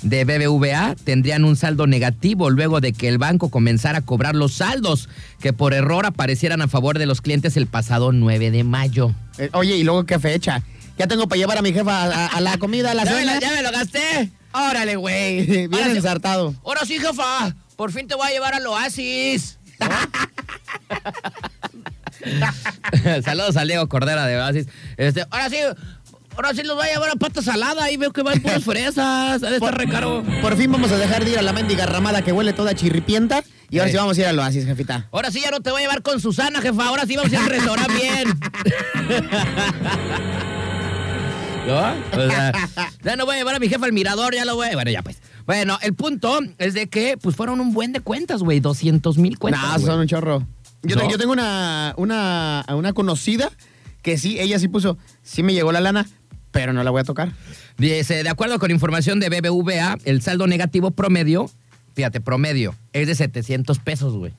Speaker 1: de BBVA tendrían un saldo negativo luego de que el banco comenzara a cobrar los saldos que por error aparecieran a favor de los clientes el pasado 9 de mayo.
Speaker 2: Eh, oye, ¿y luego qué fecha? Ya tengo para llevar a mi jefa a, a- a la comida, a
Speaker 1: <laughs>
Speaker 2: la
Speaker 1: Ya me,
Speaker 2: cena.
Speaker 1: lo, ya
Speaker 2: <laughs>
Speaker 1: me lo gasté.
Speaker 2: Órale, güey. Bien
Speaker 1: Ahora sí.
Speaker 2: ensartado.
Speaker 1: Ahora sí, jefa. Por fin te voy a llevar al oasis. ¿No? <laughs> Saludos a Diego Cordera de Oasis. Este, ahora sí, ahora sí los voy a llevar a pata salada. Ahí veo que van <laughs> puras fresas. Ha de estar recaro.
Speaker 2: Por fin vamos a dejar de ir a la mendiga ramada que huele toda chirripienta. Y ahora
Speaker 1: Ey.
Speaker 2: sí vamos a ir al oasis, jefita.
Speaker 1: Ahora sí ya no te voy a llevar con Susana, jefa. Ahora sí vamos a ir al restaurante <laughs> bien. ¿No? O sea, ya no voy a llevar a mi jefa al mirador, ya lo voy a... Bueno, ya pues. Bueno, el punto es de que pues fueron un buen de cuentas, güey. 200 mil cuentas.
Speaker 2: No,
Speaker 1: güey.
Speaker 2: son un chorro. Yo, te-
Speaker 1: ¿No?
Speaker 2: yo tengo una, una, a una conocida que sí, ella sí puso, sí me llegó la lana, pero no la voy a tocar.
Speaker 1: Dice, de acuerdo con información de BBVA, el saldo negativo promedio, fíjate, promedio, es de 700 pesos, güey.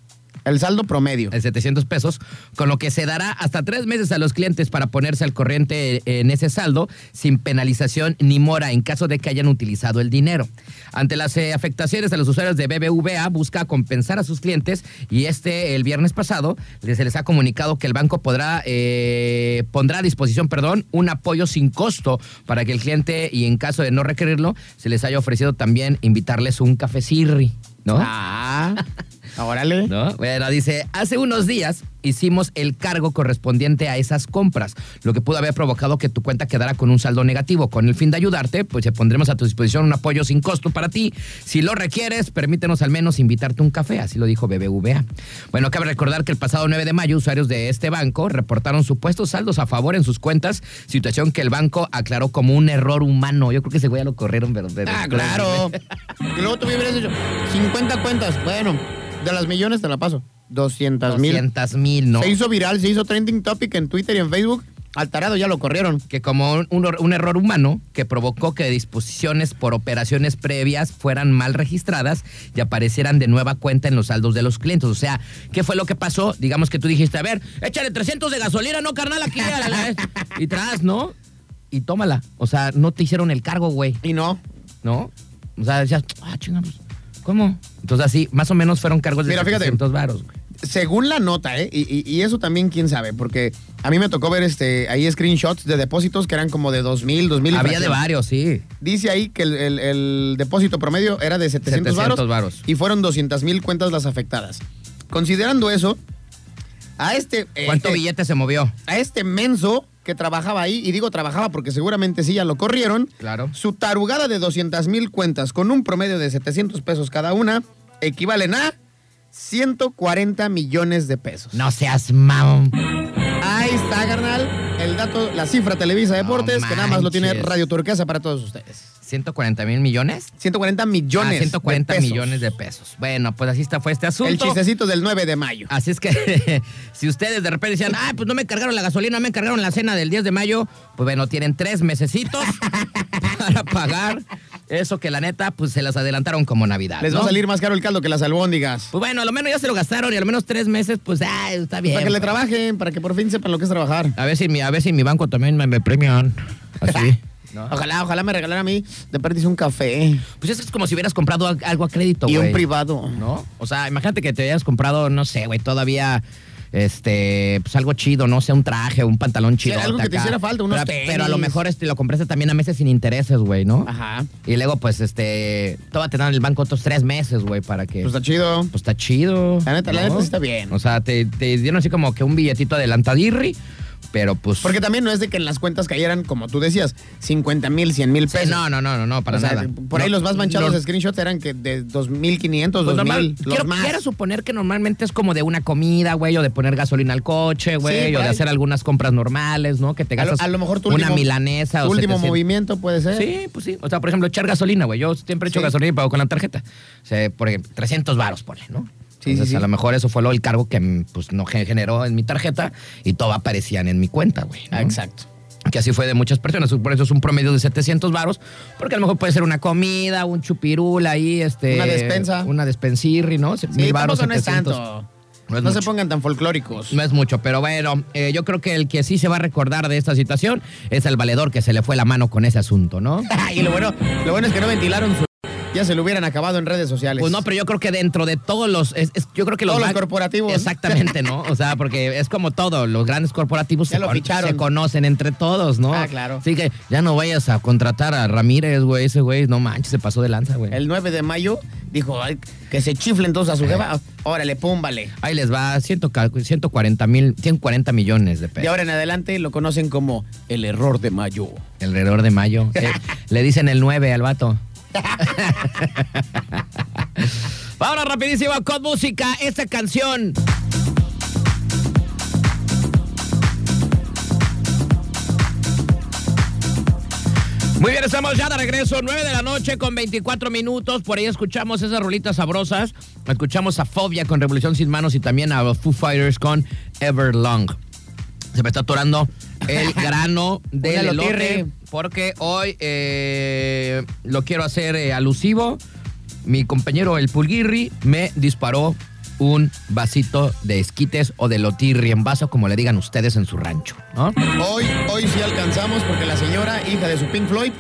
Speaker 2: El saldo promedio.
Speaker 1: El 700 pesos, con lo que se dará hasta tres meses a los clientes para ponerse al corriente eh, en ese saldo sin penalización ni mora en caso de que hayan utilizado el dinero. Ante las eh, afectaciones a los usuarios de BBVA, busca compensar a sus clientes y este, el viernes pasado, se les ha comunicado que el banco podrá, eh, pondrá a disposición, perdón, un apoyo sin costo para que el cliente, y en caso de no requerirlo, se les haya ofrecido también invitarles un cafecirri, ¿no?
Speaker 2: Ah, <laughs> órale.
Speaker 1: ¿No? Bueno, dice, hace unos días hicimos el cargo correspondiente a esas compras, lo que pudo haber provocado que tu cuenta quedara con un saldo negativo. Con el fin de ayudarte, pues te pondremos a tu disposición un apoyo sin costo para ti. Si lo requieres, permítenos al menos invitarte un café, así lo dijo BBVA. Bueno, cabe recordar que el pasado 9 de mayo usuarios de este banco reportaron supuestos saldos a favor en sus cuentas, situación que el banco aclaró como un error humano. Yo creo que ese güey ya lo corrieron, pero... de-
Speaker 2: Ah,
Speaker 1: <laughs>
Speaker 2: claro. y luego tú me hubieras dicho, 50 cuentas. Bueno, de las millones te la paso. 200 mil.
Speaker 1: 200 mil, ¿no?
Speaker 2: Se hizo viral, se hizo trending topic en Twitter y en Facebook. Al tarado ya lo corrieron.
Speaker 1: que como un, un hor- un error humano que provocó que disposiciones por operaciones previas fueran mal registradas y aparecieran de nueva cuenta en los saldos de los clientes. O sea, ¿qué fue lo que pasó? Digamos que tú dijiste, a ver, échale 300 de gasolina, no, carnal, aquí. a la- la- y tras, ¿no? Y tómala. O sea, no te hicieron el cargo, güey,
Speaker 2: Y no.
Speaker 1: ¿no? O sea, decías, ah, chingamos, ¿cómo? Entonces así, más o menos fueron cargos de
Speaker 2: Mira, fíjate.
Speaker 1: 300 varos. güey.
Speaker 2: Según la nota, ¿eh? Y, y- y eso también quién sabe, porque a mí me tocó ver este ahí screenshots de depósitos que eran como de 2.000, 2.000. y
Speaker 1: Había de
Speaker 2: fracción.
Speaker 1: varios, sí.
Speaker 2: Dice ahí que el, el- el depósito promedio era de 700,
Speaker 1: 700
Speaker 2: varos,
Speaker 1: varos.
Speaker 2: y fueron 200 mil cuentas las afectadas. Considerando eso, a este, eh,
Speaker 1: ¿Cuánto
Speaker 2: eh,
Speaker 1: billete se movió?
Speaker 2: a este menso que trabajaba ahí, y digo trabajaba porque seguramente sí ya lo corrieron,
Speaker 1: Claro.
Speaker 2: su tarugada de 200 mil cuentas con un promedio de 700 pesos cada una equivalen a 140 millones de pesos.
Speaker 1: No seas mamón.
Speaker 2: Ahí está, carnal, el dato, la cifra Televisa Deportes, que nada más lo tiene
Speaker 1: manches.
Speaker 2: Radio Turquesa para todos ustedes.
Speaker 1: 140 mil millones.
Speaker 2: 140 millones.
Speaker 1: Ah, 140
Speaker 2: de pesos.
Speaker 1: millones de pesos. Bueno, pues así está, fue este asunto.
Speaker 2: El chistecito del 9 de mayo.
Speaker 1: Así es que <laughs> si ustedes de repente decían, ah, pues no me cargaron la gasolina, no me <laughs> cargaron la cena del 10 de mayo, pues bueno, tienen tres mesecitos para pagar Eso que la neta, pues se las adelantaron como Navidad.
Speaker 2: Les va a
Speaker 1: ¿no?
Speaker 2: salir más caro el caldo que las albóndigas.
Speaker 1: Pues bueno, a lo menos ya se lo gastaron y a lo menos tres meses, pues ah, está bien.
Speaker 2: Para que le
Speaker 1: pues.
Speaker 2: trabajen, para que por fin sepan lo que es trabajar.
Speaker 1: A ver si mi, a ver si mi banco también me, me premian.
Speaker 2: <laughs>
Speaker 1: Así. ¿no?
Speaker 2: Ojalá, ojalá me regalaran a mí de perdiz un café
Speaker 1: Pues es que es como si hubieras comprado a- algo a crédito,
Speaker 2: y un
Speaker 1: güey.
Speaker 2: privado.
Speaker 1: ¿No? O sea, imagínate que te hayas comprado, no sé, güey, todavía. Este, pues algo chido, no sé, un traje, un pantalón chido.
Speaker 2: algo que te hiciera falta, unos
Speaker 1: pero,
Speaker 2: tenis.
Speaker 1: pero a lo mejor este, lo compraste también a meses sin intereses, güey, ¿no?
Speaker 2: Ajá.
Speaker 1: Y luego, pues, este, todavía te dan el banco otros tres meses, güey, para que.
Speaker 2: Pues
Speaker 1: Pues,
Speaker 2: está chido.
Speaker 1: está chido.
Speaker 2: La neta, la
Speaker 1: ¿no?
Speaker 2: neta sí está bien.
Speaker 1: O sea, te, te dieron así como que un billetito adelantadirri, pero pues.
Speaker 2: Porque también no es de que las cuentas cayeran, como tú decías, 50 mil, 100 mil
Speaker 1: Sí,
Speaker 2: pesos.
Speaker 1: no, no, no, no, no, para
Speaker 2: O sea,
Speaker 1: nada.
Speaker 2: Por ahí
Speaker 1: No,
Speaker 2: los más manchados
Speaker 1: no,
Speaker 2: de screenshots eran que de 2.500,
Speaker 1: pues,
Speaker 2: 2.000,
Speaker 1: normal,
Speaker 2: los
Speaker 1: quiero,
Speaker 2: más.
Speaker 1: quiero suponer que normalmente es como de una comida, güey, o de poner gasolina al coche, güey, o
Speaker 2: por
Speaker 1: de
Speaker 2: ahí.
Speaker 1: hacer algunas compras normales, ¿no? Que te
Speaker 2: a, lo,
Speaker 1: gastas
Speaker 2: a lo mejor tu
Speaker 1: una
Speaker 2: último,
Speaker 1: milanesa
Speaker 2: tu
Speaker 1: o
Speaker 2: último
Speaker 1: 700.
Speaker 2: movimiento puede ser.
Speaker 1: Sí, pues sí. O sea, por ejemplo, echar gasolina, güey. Yo siempre he hecho
Speaker 2: Sí.
Speaker 1: gasolina y pago con la tarjeta. O sea, por ejemplo, 300 varos, ponle, ¿no?
Speaker 2: Sí,
Speaker 1: Entonces,
Speaker 2: sí, sí.
Speaker 1: a lo mejor eso fue lo el cargo que mm, pues, no gen- generó en mi tarjeta y todo aparecían en mi cuenta, güey. ¿no?
Speaker 2: Ah, exacto.
Speaker 1: Que así fue de muchas personas. Por eso es un promedio de 700 varos, porque a lo mejor puede ser una comida, un chupirul ahí, este...
Speaker 2: Una despensa.
Speaker 1: Una despensirri, ¿no?
Speaker 2: Sí,
Speaker 1: Mil varos,
Speaker 2: tampoco no es
Speaker 1: 700.
Speaker 2: tanto.
Speaker 1: No
Speaker 2: No,
Speaker 1: es
Speaker 2: se
Speaker 1: mucho.
Speaker 2: pongan tan folclóricos.
Speaker 1: No es mucho, pero bueno, eh, yo creo que el que sí se va a recordar de esta situación es el valedor que se le fue la mano con ese asunto,
Speaker 2: <laughs>
Speaker 1: ¿no?
Speaker 2: y lo bueno, lo bueno es que no ventilaron su... Ya se lo hubieran acabado en redes sociales.
Speaker 1: Pues no, pero yo creo que dentro de todos los. es- es- yo creo que los,
Speaker 2: Todos los
Speaker 1: ban-
Speaker 2: corporativos.
Speaker 1: Exactamente, ¿no? O sea, porque es como todo. Los grandes corporativos
Speaker 2: <laughs> Ya
Speaker 1: se,
Speaker 2: lo ficharon.
Speaker 1: se conocen entre todos, ¿no?
Speaker 2: Ah, claro.
Speaker 1: Así que ya no vayas a contratar a Ramírez, güey. Ese güey, no manches, se pasó de lanza, güey.
Speaker 2: El 9 de mayo dijo "Ay, que se chifle entonces a su jefa. Órale, púmbale.
Speaker 1: Ahí les va, 140 mil, 140 millones de
Speaker 2: De
Speaker 1: pesos.
Speaker 2: ahora en adelante lo conocen como el error de mayo.
Speaker 1: Alrededor de
Speaker 2: <laughs>
Speaker 1: mayo. Eh, le dicen el 9 al vato. <laughs> Ahora rapidísimo con música, esta canción. Muy bien, estamos ya de regreso, 9 de la noche con 24 minutos. Por ahí escuchamos esas rolitas sabrosas. Escuchamos a Fobia con Revolución Sin Manos y también a Foo Fighters con Everlong. Se me está atorando
Speaker 2: <laughs>
Speaker 1: el grano del
Speaker 2: Una lotirre.
Speaker 1: elote porque hoy eh, lo quiero hacer eh, alusivo. Mi compañero el Pulguirri me disparó un vasito de esquites o de lotirri en vaso, como le digan ustedes en su rancho, ¿no?
Speaker 2: Hoy, hoy sí alcanzamos porque la señora, hija de su Pink Floyd,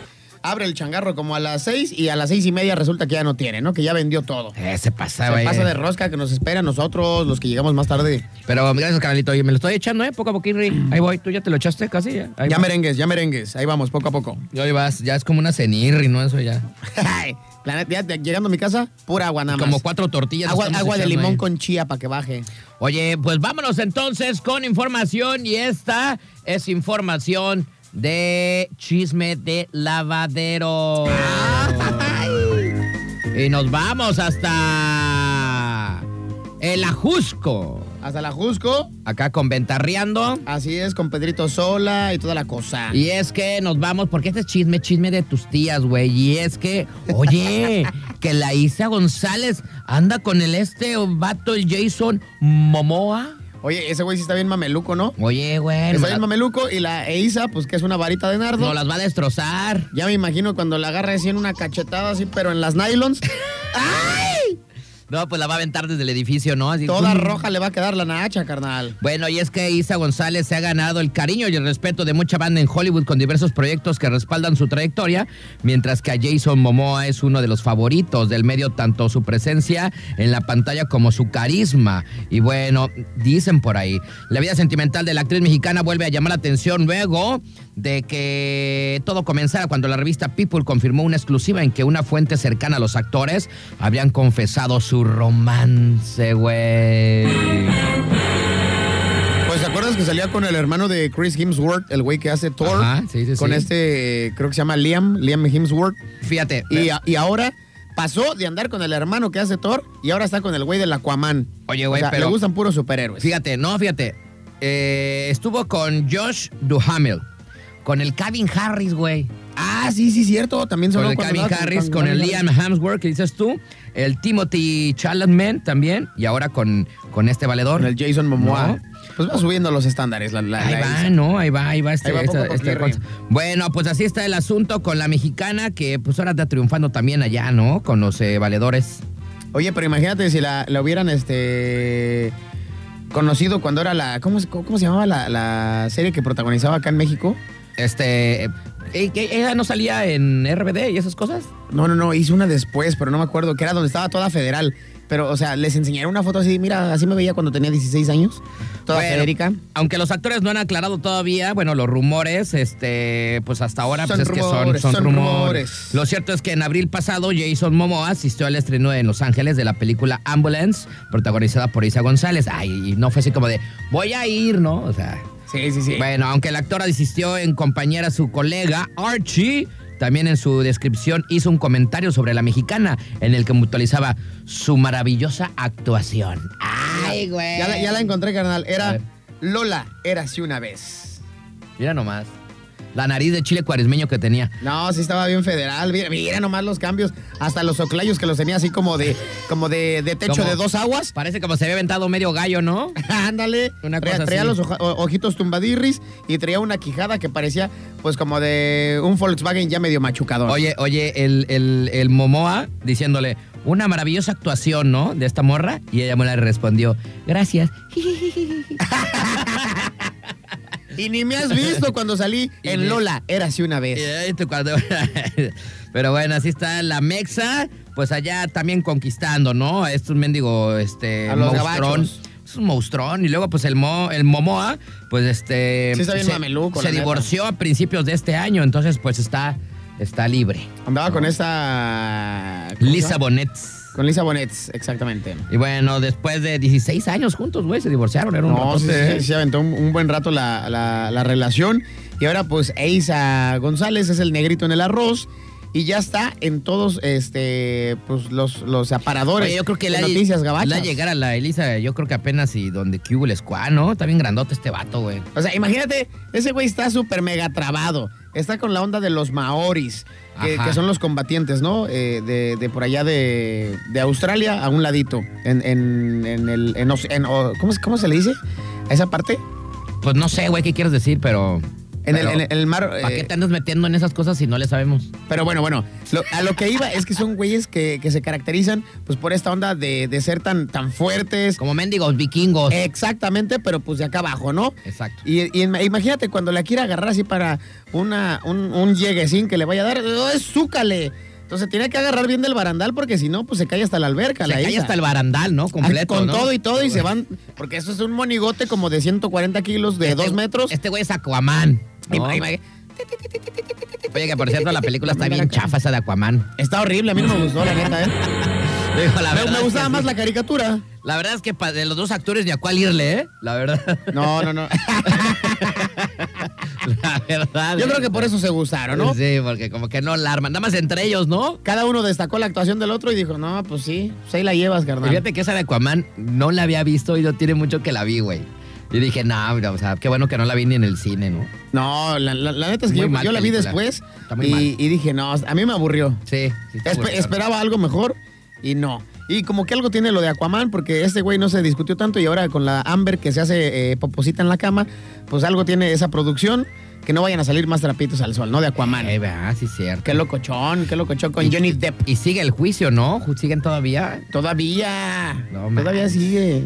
Speaker 2: abre el changarro como a las 6 y a las seis y media resulta que ya no tiene, ¿no? Que ya vendió todo.
Speaker 1: Eh, se pasa,
Speaker 2: Se
Speaker 1: güey.
Speaker 2: pasa de rosca que nos espera a nosotros, los que llegamos más tarde.
Speaker 1: Pero gracias, canalito. Oye, me lo estoy echando, ¿eh? Poco a poquito. Ahí voy. Tú ya te lo echaste casi, ¿eh? Ahí
Speaker 2: Ya
Speaker 1: vas.
Speaker 2: merengues, ya merengues. Ahí vamos, poco a <laughs> poco.
Speaker 1: Y hoy vas, ya es como una cenirri, ¿no? Eso ya.
Speaker 2: La neta, ya te- llegando a mi casa, pura agua nada más.
Speaker 1: Como cuatro tortillas.
Speaker 2: Agua,
Speaker 1: estamos
Speaker 2: agua de
Speaker 1: echando
Speaker 2: limón
Speaker 1: ahí.
Speaker 2: con chía para que baje.
Speaker 1: Oye, pues vámonos entonces con información y esta es información de chisme de lavadero. Y nos vamos hasta el Ajusco.
Speaker 2: Hasta la Jusco.
Speaker 1: Acá con Ventarreando.
Speaker 2: Así es, con Pedrito Sola y toda la cosa.
Speaker 1: Y es que nos vamos, porque este es chisme, chisme de tus tías, güey. Y es que,
Speaker 2: <laughs>
Speaker 1: oye, que la Isa González anda con el este vato, el Jason Momoa.
Speaker 2: Oye, ese güey sí está bien mameluco, ¿no?
Speaker 1: Oye, güey, nos,
Speaker 2: Está bien
Speaker 1: la-
Speaker 2: mameluco y la Eisa, pues que es una varita de nardo.
Speaker 1: nos las va a destrozar.
Speaker 2: Ya me imagino cuando la agarra así en una cachetada así, pero en
Speaker 1: <laughs>
Speaker 2: las nylons,
Speaker 1: No, pues la va a aventar desde el edificio, ¿no? Así-
Speaker 2: toda roja le va a quedar la nacha, carnal.
Speaker 1: Bueno, y es que Isa González se ha ganado el cariño y el respeto de mucha banda en Hollywood con diversos proyectos que respaldan su trayectoria, mientras que a Jason Momoa es uno de los favoritos del medio, tanto su presencia en la pantalla como su carisma. Y bueno, dicen por ahí, la vida sentimental de la actriz mexicana vuelve a llamar la atención luego de que todo comenzara cuando la revista People confirmó una exclusiva en que una fuente cercana a los actores habían confesado su romance, güey.
Speaker 2: Pues ¿te acuerdas que salía con el hermano de Chris Hemsworth, el güey que hace Thor?
Speaker 1: Ajá, sí, sí,
Speaker 2: con
Speaker 1: sí.
Speaker 2: este, creo que se llama Liam, Liam Hemsworth.
Speaker 1: Fíjate.
Speaker 2: Y, a- y ahora pasó de andar con el hermano que hace Thor y ahora está con el güey del Aquaman.
Speaker 1: Oye, güey,
Speaker 2: O sea,
Speaker 1: pero-
Speaker 2: Le gustan puros superhéroes.
Speaker 1: Fíjate, no, fíjate. Eh, estuvo con Josh Duhamel, con el Kevin Harris, güey.
Speaker 2: Ah, sí, sí, cierto. También
Speaker 1: Con
Speaker 2: sonó
Speaker 1: el
Speaker 2: cuando
Speaker 1: Kevin
Speaker 2: andaba
Speaker 1: Harris, con el Liam Hemsworth, que dices tú, el Timothy Chalamet también, y ahora con, con este valedor.
Speaker 2: Con el Jason Momoa.
Speaker 1: No.
Speaker 2: Pues va subiendo los estándares. La, la-
Speaker 1: Ahí
Speaker 2: la
Speaker 1: va,
Speaker 2: Isa.
Speaker 1: ¿no? Ahí va, ahí va. Este,
Speaker 2: Ahí va poco
Speaker 1: esta-
Speaker 2: a poco,
Speaker 1: esta
Speaker 2: Jerry.
Speaker 1: cosa. bueno, pues así está el asunto con la mexicana, que pues ahora está triunfando también allá, ¿no? Con los eh, valedores.
Speaker 2: Oye, pero imagínate si la, la hubieran este conocido cuando era la. ¿Cómo, se- cómo se llamaba la, la serie que protagonizaba acá en México?
Speaker 1: Este. eh, eh, ¿Ella no salía en RBD y esas cosas?
Speaker 2: No, no, no, hizo una después, pero no me acuerdo, que era donde estaba toda federal. Pero, o sea, les enseñaré una foto así, mira, así me veía cuando tenía 16 años. Toda
Speaker 1: Bueno,
Speaker 2: Federica.
Speaker 1: Aunque los actores no han aclarado todavía, bueno, los rumores, este, pues hasta ahora
Speaker 2: Son
Speaker 1: pues, es que
Speaker 2: rumores,
Speaker 1: son, son
Speaker 2: son
Speaker 1: rumores.
Speaker 2: rumores.
Speaker 1: Lo cierto es que en abril pasado Jason Momoa asistió al estreno en Los Ángeles de la película Ambulance, protagonizada por Isa González. Ay, y no fue así como de, voy a ir, ¿no? O sea,
Speaker 2: Sí, sí, sí.
Speaker 1: bueno, aunque el actor asistió en compañía a su colega Archie, también en su descripción hizo un comentario sobre la mexicana en el que mutualizaba su maravillosa actuación. Ay, güey.
Speaker 2: Ya la, ya la encontré, carnal.
Speaker 1: A
Speaker 2: Era
Speaker 1: ver.
Speaker 2: Lola, érase una vez.
Speaker 1: Mira nomás. La nariz de chile cuaresmeño que tenía.
Speaker 2: No, sí estaba bien federal. Mira, mira nomás los cambios. Hasta los oclayos que los tenía así como de, como de, de techo
Speaker 1: Como-
Speaker 2: de dos aguas. <laughs>
Speaker 1: Parece como se había aventado medio gallo, ¿no?
Speaker 2: Ándale.
Speaker 1: Una
Speaker 2: traía,
Speaker 1: cosa
Speaker 2: traía
Speaker 1: así.
Speaker 2: los oja- o- ojitos tumbadirris y traía una quijada que parecía pues como de un Volkswagen ya medio machucador.
Speaker 1: Oye, oye, el, el, el Momoa diciéndole, una maravillosa actuación, ¿no? De esta morra. Y ella me la respondió, gracias. <laughs>
Speaker 2: Y ni me has visto cuando salí
Speaker 1: <laughs> Y
Speaker 2: en
Speaker 1: ni-
Speaker 2: Lola, érase una vez.
Speaker 1: Ay, tú cuando- <laughs> Pero bueno, así está la Mexa, pues allá también conquistando, ¿no? A Estos mendigo, este,
Speaker 2: A los
Speaker 1: monstrón.
Speaker 2: gabachos.
Speaker 1: Es un monstrón. Y luego, pues el, Mo- el Momoa, pues este.
Speaker 2: Sí está bien
Speaker 1: se,
Speaker 2: mameluco,
Speaker 1: se
Speaker 2: la neta.
Speaker 1: divorció a principios de este año, entonces, pues está, está libre.
Speaker 2: Andaba con esta... ¿cómo se
Speaker 1: Lisa
Speaker 2: llama?
Speaker 1: Bonet.
Speaker 2: Con Lisa Bonet, exactamente.
Speaker 1: Y bueno, después de 16 años juntos, güey, se divorciaron. Era un
Speaker 2: No, sí,
Speaker 1: ratote,
Speaker 2: sí,
Speaker 1: ¿eh?
Speaker 2: sí, se aventó un, un buen rato la, la- la relación. Y ahora, pues, Eiza González es el negrito en el arroz. Y ya está en todos este pues los, los aparadores.
Speaker 1: Oye, yo creo que
Speaker 2: de
Speaker 1: la,
Speaker 2: noticias gabachas.
Speaker 1: la llegar a la Elisa, yo creo que apenas y donde que hubo el squad, ¿no? Está bien grandote este vato, güey.
Speaker 2: O sea, imagínate, ese güey está súper mega trabado. Está con la onda de los maoris, que,
Speaker 1: Ajá.
Speaker 2: que son los combatientes, ¿no? Eh, de, de por allá de, de Australia a un ladito. En, en, en el. en Oce- en O- ¿cómo, es- ¿Cómo se le dice? ¿A esa parte?
Speaker 1: Pues no sé, güey, qué quieres decir, pero.
Speaker 2: En,
Speaker 1: pero,
Speaker 2: el, en el mar.
Speaker 1: ¿Para
Speaker 2: eh,
Speaker 1: qué te andas metiendo en esas cosas si no le sabemos?
Speaker 2: Pero bueno, bueno, lo- a lo que iba es que son güeyes que, que se caracterizan pues por esta onda de, de ser tan, tan fuertes.
Speaker 1: Como mendigos vikingos.
Speaker 2: Eh, Exactamente, pero pues de acá abajo, ¿no?
Speaker 1: Exacto.
Speaker 2: Y, y ima- imagínate cuando la quiera agarrar así para una, un, un lleguesín que le vaya a dar, ¡oh, es zúcale! Entonces tiene que agarrar bien del barandal porque si no, pues se cae hasta la alberca.
Speaker 1: Se
Speaker 2: la
Speaker 1: cae
Speaker 2: Isa.
Speaker 1: hasta el barandal, ¿no? Completo.
Speaker 2: Con
Speaker 1: ¿no?
Speaker 2: todo y todo y se van, porque eso es un monigote como de 140 kilos, de
Speaker 1: Este-
Speaker 2: 2 metros.
Speaker 1: Este güey es Aquaman. ¿no?
Speaker 2: Ima- ima-
Speaker 1: Oye, que por cierto, la película está
Speaker 2: También
Speaker 1: bien
Speaker 2: era-
Speaker 1: chafa esa de Aquaman.
Speaker 2: Está horrible, a mí no me gustó, la neta, ¿eh?
Speaker 1: Digo, <laughs> la
Speaker 2: Me-
Speaker 1: verdad
Speaker 2: me
Speaker 1: es
Speaker 2: gustaba
Speaker 1: que
Speaker 2: más
Speaker 1: sí.
Speaker 2: la caricatura.
Speaker 1: La verdad es que pa- de los dos actores ni a cuál irle, ¿eh? La verdad. <laughs>
Speaker 2: No, no, <laughs> no.
Speaker 1: La verdad.
Speaker 2: Yo
Speaker 1: ¿eh?
Speaker 2: creo que por eso se gustaron, ¿no?
Speaker 1: Sí, porque como que no la arman. Nada más entre ellos, ¿no?
Speaker 2: Cada uno destacó la actuación del otro y dijo, no, pues sí, pues ahí la llevas,
Speaker 1: Y
Speaker 2: carnal.
Speaker 1: Fíjate que esa de Aquaman no la había visto y no tiene mucho que la vi, güey. Y dije, no, mira, o sea, qué bueno que no la vi ni en el cine, ¿no?
Speaker 2: No, la, la- la neta es que
Speaker 1: Muy
Speaker 2: yo,
Speaker 1: mal
Speaker 2: yo la vi
Speaker 1: película.
Speaker 2: después
Speaker 1: Está muy
Speaker 2: y,
Speaker 1: mal.
Speaker 2: y dije, no, a mí me aburrió.
Speaker 1: Sí, sí. está
Speaker 2: Espe-
Speaker 1: bueno.
Speaker 2: esperaba algo mejor y no. Y como que algo tiene lo de Aquaman, porque este güey no se discutió tanto y ahora con la Amber que se hace eh, poposita en la cama, pues algo tiene esa producción que no vayan a salir más trapitos al sol, ¿no? De Aquaman.
Speaker 1: Eh, ah, sí, cierto.
Speaker 2: Qué locochón, qué locochón con
Speaker 1: Y-
Speaker 2: Johnny Depp.
Speaker 1: Y sigue el juicio, ¿no? Ju- ¿Siguen todavía?
Speaker 2: Todavía.
Speaker 1: No
Speaker 2: todavía
Speaker 1: manches.
Speaker 2: sigue.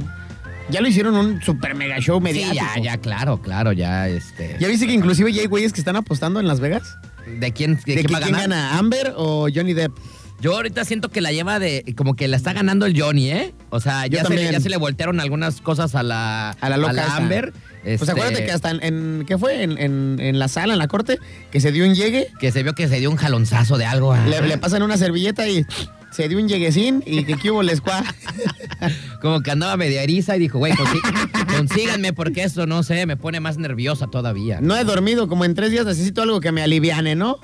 Speaker 2: Ya lo hicieron un super mega show
Speaker 1: Sí,
Speaker 2: mediático.
Speaker 1: ya, ya, claro, claro, ya, este...
Speaker 2: ¿Ya viste que inclusive ya hay güeyes que están apostando en Las Vegas?
Speaker 1: ¿De quién, de
Speaker 2: ¿De,
Speaker 1: quién
Speaker 2: que-
Speaker 1: va a
Speaker 2: quién
Speaker 1: ganar?
Speaker 2: gana? ¿Amber o Johnny Depp?
Speaker 1: Yo ahorita siento que la lleva de... Como que la está ganando el Johnny, ¿eh? O sea,
Speaker 2: Yo
Speaker 1: ya, se le,
Speaker 2: también.
Speaker 1: ya se le voltearon algunas cosas a la...
Speaker 2: A la loca esa.
Speaker 1: Amber.
Speaker 2: Pues
Speaker 1: este,
Speaker 2: acuérdate que hasta en, en- ¿qué fue? En, en- en la sala, en la corte, que se dio un llegue,
Speaker 1: Que se vio que se dio un jalonzazo de algo. ah.
Speaker 2: le, le pasan una servilleta y se dio un lleguecín y que qué hubo les cuá.
Speaker 1: Como que andaba media eriza y dijo, güey,
Speaker 2: <laughs>
Speaker 1: consí- consíganme porque esto, no sé, me pone más nerviosa todavía.
Speaker 2: <laughs> No he dormido como en tres días, necesito algo que me aliviane, ¿no?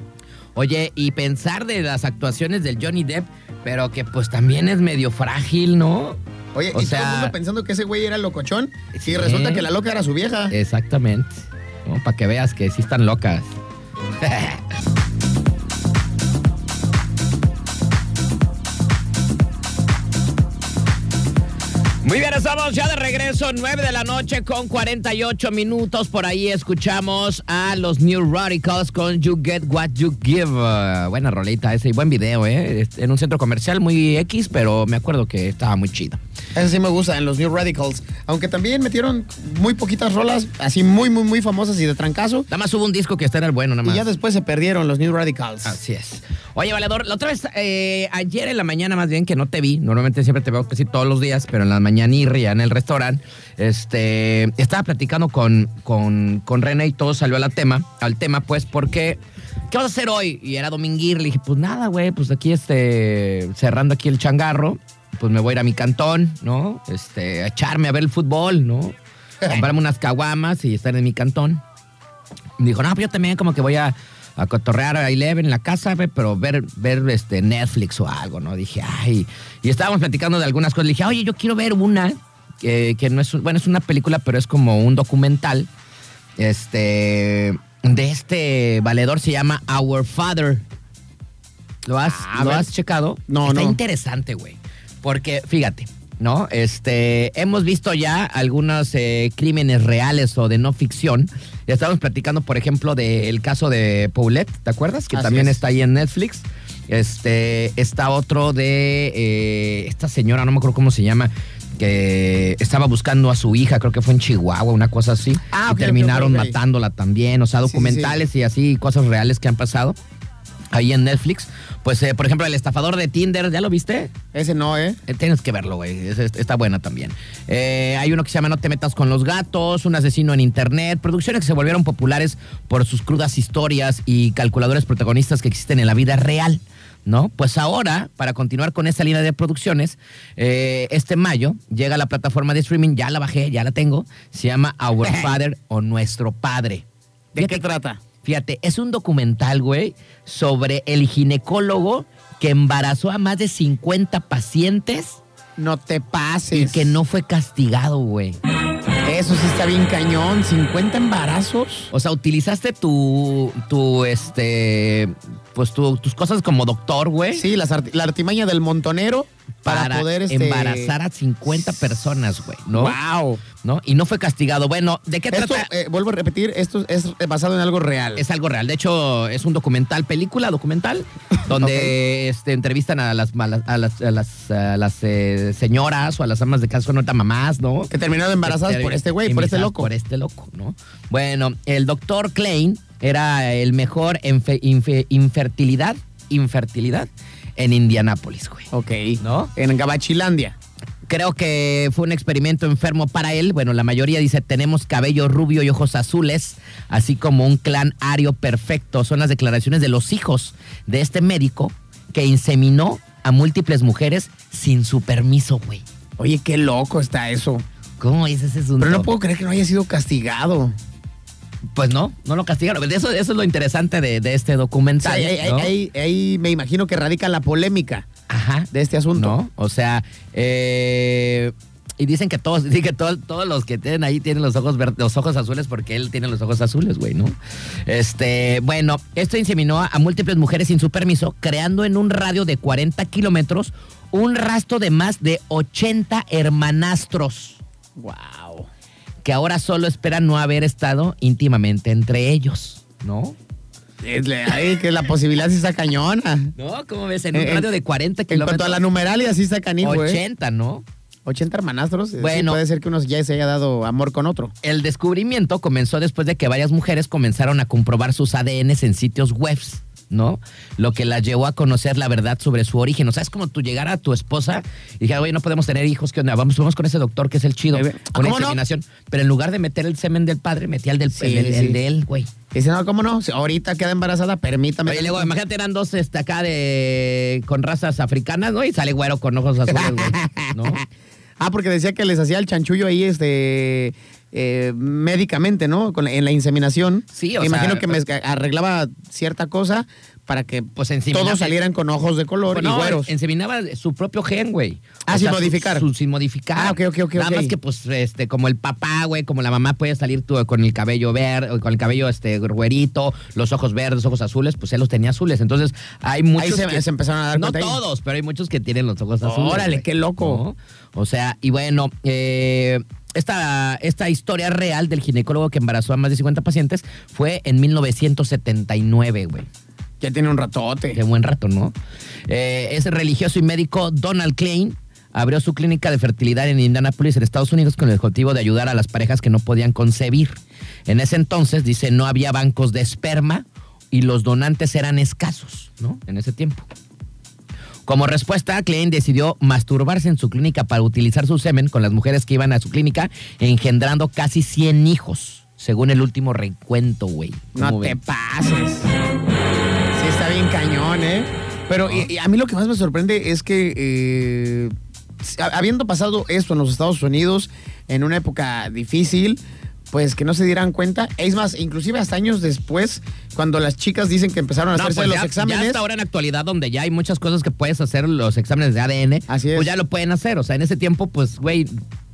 Speaker 1: Oye, y pensar de las actuaciones del Johnny Depp, pero que pues también es medio frágil, ¿no?
Speaker 2: Oye,
Speaker 1: O
Speaker 2: y todo
Speaker 1: sea-
Speaker 2: el mundo pensando que ese güey era locochón
Speaker 1: Sí.
Speaker 2: y resulta que la loca era su vieja.
Speaker 1: Exactamente. para que veas que sí están locas. Muy bien, estamos ya de regreso, 9 de la noche con 48 minutos. Por ahí escuchamos a los New Radicals con You Get What You Give. Uh, buena rolita ese y buen video, ¿eh? En un centro comercial muy X, pero me acuerdo que estaba muy chido.
Speaker 2: Ese sí me gusta, en los New Radicals. Aunque también metieron muy poquitas rolas, así muy, muy, muy famosas y de trancazo.
Speaker 1: Nada más hubo un disco que está en el bueno, nada más. Ah,
Speaker 2: Y ya después se perdieron los New Radicals.
Speaker 1: Así es. Oye, Valedor, la otra vez, eh, ayer en la mañana más bien, que no te vi, normalmente siempre te veo casi todos los días, pero en la mañanirria en el restaurante, este, estaba platicando con, con, con René y todo salió al tema, al tema pues, porque, ¿qué vas a hacer hoy? Y era dominguir, le dije, pues nada, güey, pues aquí este, cerrando aquí el changarro, pues me voy a ir a mi cantón, ¿no? Este, a echarme a ver el fútbol, ¿no? Comprarme unas caguamas y estar en mi cantón. Me dijo, no, pues yo también como que voy a, a cotorrear a Eleven en la casa, güey, pero ver, ver este Netflix o algo, ¿no? Dije, ay. Y estábamos platicando de algunas cosas. Le dije, oye, yo quiero ver una que, que no es, un- bueno, es una película, pero es como un documental. Este, de este valedor se llama Our Father. ¿Lo has,
Speaker 2: Ah, a
Speaker 1: ¿lo
Speaker 2: ver.
Speaker 1: has checado?
Speaker 2: No,
Speaker 1: Está
Speaker 2: no.
Speaker 1: interesante, güey. Porque, fíjate, ¿no? Este, hemos visto ya algunos eh, crímenes reales o de no ficción. Ya estábamos platicando, por ejemplo, del caso de Paulette, ¿te acuerdas? Que
Speaker 2: Así
Speaker 1: también
Speaker 2: es.
Speaker 1: está ahí en Netflix. Este, está otro de eh, esta señora, no me acuerdo cómo se llama, que estaba buscando a su hija, creo que fue en Chihuahua, una cosa así.
Speaker 2: Ah,
Speaker 1: y
Speaker 2: ok, ok,
Speaker 1: terminaron
Speaker 2: ok, ok.
Speaker 1: matándola también, o sea,
Speaker 2: Sí, sí, sí.
Speaker 1: documentales y así, cosas reales que han pasado ahí en Netflix. Pues, eh, por ejemplo, el estafador de Tinder, ¿ya lo viste?
Speaker 2: Ese no, ¿eh?
Speaker 1: Eh, Tienes que verlo, güey. Es- es- Está buena también. Eh, hay uno que se llama No te metas con los gatos, un asesino en internet, producciones que se volvieron populares por sus crudas historias y calculadores protagonistas que existen en la vida real, ¿no? Pues ahora, para continuar con esta línea de producciones, eh, este mayo llega a la plataforma de streaming, ya la bajé, ya la tengo, se llama
Speaker 2: <laughs>
Speaker 1: Our Father o Nuestro Padre.
Speaker 2: ¿De
Speaker 1: Fíjate
Speaker 2: qué trata?
Speaker 1: Fíjate, es un documental, güey, sobre el ginecólogo que embarazó a más de 50 pacientes
Speaker 2: No te pases.
Speaker 1: y que no fue castigado, güey.
Speaker 2: Eso sí está bien cañón. 50 embarazos.
Speaker 1: O sea, utilizaste tu, tu, este, pues tu- tus cosas como doctor, güey,
Speaker 2: Sí, las arti- la artimaña del montonero para, poder este,
Speaker 1: embarazar a 50 personas, güey, ¿no?
Speaker 2: ¡Wow!
Speaker 1: ¿No? Y no fue castigado. Bueno, ¿de qué
Speaker 2: Esto,
Speaker 1: trata?
Speaker 2: eh, vuelvo a repetir, esto es basado en algo real.
Speaker 1: Es algo real. De hecho, es un documental, película
Speaker 2: <laughs>
Speaker 1: documental, donde este, entrevistan a las, malas- a las, a las, a las, eh, señoras o a las amas de casa, no ahorita mamás, ¿no?
Speaker 2: que terminaron embarazadas
Speaker 1: Ter-
Speaker 2: por este güey, por este
Speaker 1: embarazadas
Speaker 2: loco.
Speaker 1: Por este loco, ¿no? Bueno, el doctor Klein era el mejor en fe- infe- infertilidad, infertilidad en Indianápolis, güey.
Speaker 2: Ok.
Speaker 1: ¿No?
Speaker 2: En Gabachilandia.
Speaker 1: Creo que fue un experimento enfermo para él. Bueno, la mayoría dice, tenemos cabello rubio y ojos azules, así como un clan ario perfecto. Son las declaraciones de los hijos de este médico que inseminó a múltiples mujeres sin su permiso, güey.
Speaker 2: Oye, qué loco está eso.
Speaker 1: ¿Cómo dices? Es un
Speaker 2: Pero no
Speaker 1: top.
Speaker 2: puedo creer que no haya sido castigado.
Speaker 1: Pues no, no lo castigaron. Eso, eso es lo interesante de, de este
Speaker 2: O sea,
Speaker 1: documental.
Speaker 2: ahí, ahí-
Speaker 1: ¿no?
Speaker 2: ahí- ahí me imagino que radica la polémica
Speaker 1: Ajá.
Speaker 2: de este asunto.
Speaker 1: ¿No? O sea, eh, y dicen que todos, <laughs> dicen que todos, todos los que tienen ahí tienen los ojos ver- los ojos azules porque él tiene los ojos azules, güey, ¿no? Este, bueno, esto inseminó a, a múltiples mujeres sin su permiso, creando en un radio de 40 kilómetros un rastro de más de 80 hermanastros
Speaker 2: Wow.
Speaker 1: que ahora solo esperan no haber estado íntimamente entre ellos, ¿no?
Speaker 2: Ay, que la posibilidad sí
Speaker 1: <laughs>
Speaker 2: está cañona.
Speaker 1: ¿No? ¿Cómo ves? En un
Speaker 2: En-
Speaker 1: radio de 40
Speaker 2: En cuanto a
Speaker 1: kilómetros.
Speaker 2: la numeralia, sí está canijo, ¿eh?
Speaker 1: 80, ¿no?
Speaker 2: 80 hermanastros. eh, sí,
Speaker 1: Bueno.
Speaker 2: puede ser que uno ya se haya dado amor con otro.
Speaker 1: El descubrimiento comenzó después de que varias mujeres comenzaron a comprobar sus ADNs en sitios webs, ¿no? Lo que las llevó a conocer la verdad sobre su origen. O sea, es como tú llegar a tu esposa y dijera, oye, no podemos tener hijos, ¿qué onda? Vamos, vamos con ese doctor que es el chido,
Speaker 2: Ahí ve.
Speaker 1: con
Speaker 2: ¿Cómo no?
Speaker 1: examinación. Pero en lugar de meter el semen del padre, metía el, del,
Speaker 2: Sí,
Speaker 1: el- el-
Speaker 2: sí.
Speaker 1: el de él, güey.
Speaker 2: Dice, no, ¿cómo no? Si ahorita queda embarazada, permítame.
Speaker 1: Oye,
Speaker 2: <laughs>
Speaker 1: luego, imagínate, eran dos este, acá de, con razas africanas, ¿no? Y sale güero con ojos azules, güey, ¿no?
Speaker 2: Ah, porque decía que les hacía el chanchullo ahí, este, eh, médicamente, ¿no? Con la- en la inseminación.
Speaker 1: Sí, o
Speaker 2: Me imagino
Speaker 1: sea, eh.
Speaker 2: que me arreglaba cierta cosa para que
Speaker 1: Pues encima.
Speaker 2: todos salieran con ojos de color
Speaker 1: Pues no,
Speaker 2: y güeros.
Speaker 1: Enseminaba su propio gen, güey.
Speaker 2: Ah, sin modificar.
Speaker 1: su- sin modificar.
Speaker 2: Ah, ok, ok, ok,
Speaker 1: Nada
Speaker 2: ok.
Speaker 1: más que, pues, este, como el papá, güey, como la mamá puede salir tú con el cabello verde, con el cabello este güerito, los ojos verdes, ojos azules, pues él los tenía azules. Entonces, hay muchos.
Speaker 2: Ahí se,
Speaker 1: que-
Speaker 2: se empezaron a dar
Speaker 1: no
Speaker 2: cuenta ahí.
Speaker 1: todos, pero hay muchos que tienen los ojos azules.
Speaker 2: Órale,
Speaker 1: güey.
Speaker 2: qué loco.
Speaker 1: ¿No? O sea, y bueno, eh, esta, esta historia real del ginecólogo que embarazó a más de 50 pacientes fue en 1979, güey.
Speaker 2: Ya tiene un
Speaker 1: Qué
Speaker 2: ratote.
Speaker 1: Este, buen rato, ¿no? Eh, ese religioso y médico Donald Klein abrió su clínica de fertilidad en Indianapolis, en Estados Unidos, con el objetivo de ayudar a las parejas que no podían concebir. En ese entonces, dice, no había bancos de esperma y los donantes eran escasos, ¿no? En ese tiempo. Como respuesta, Klein decidió masturbarse en su clínica para utilizar su semen con las mujeres que iban a su clínica, engendrando casi 100 hijos, según el último recuento, güey.
Speaker 2: No
Speaker 1: ¿Cómo
Speaker 2: te
Speaker 1: ven?
Speaker 2: pases. Sí, está bien cañón, ¿eh? Pero y- y a mí lo que más me sorprende es que, eh, ha- habiendo pasado esto en los Estados Unidos, en una época difícil, pues que no se dieran cuenta. Es más, inclusive hasta años después, cuando las chicas dicen que empezaron a
Speaker 1: No,
Speaker 2: hacerse
Speaker 1: pues
Speaker 2: los
Speaker 1: ya, ya
Speaker 2: exámenes.
Speaker 1: hasta ahora en actualidad donde ya hay muchas cosas que puedes hacer, los exámenes de ADN,
Speaker 2: Así es.
Speaker 1: pues ya lo pueden hacer. O sea, en ese tiempo, pues, güey,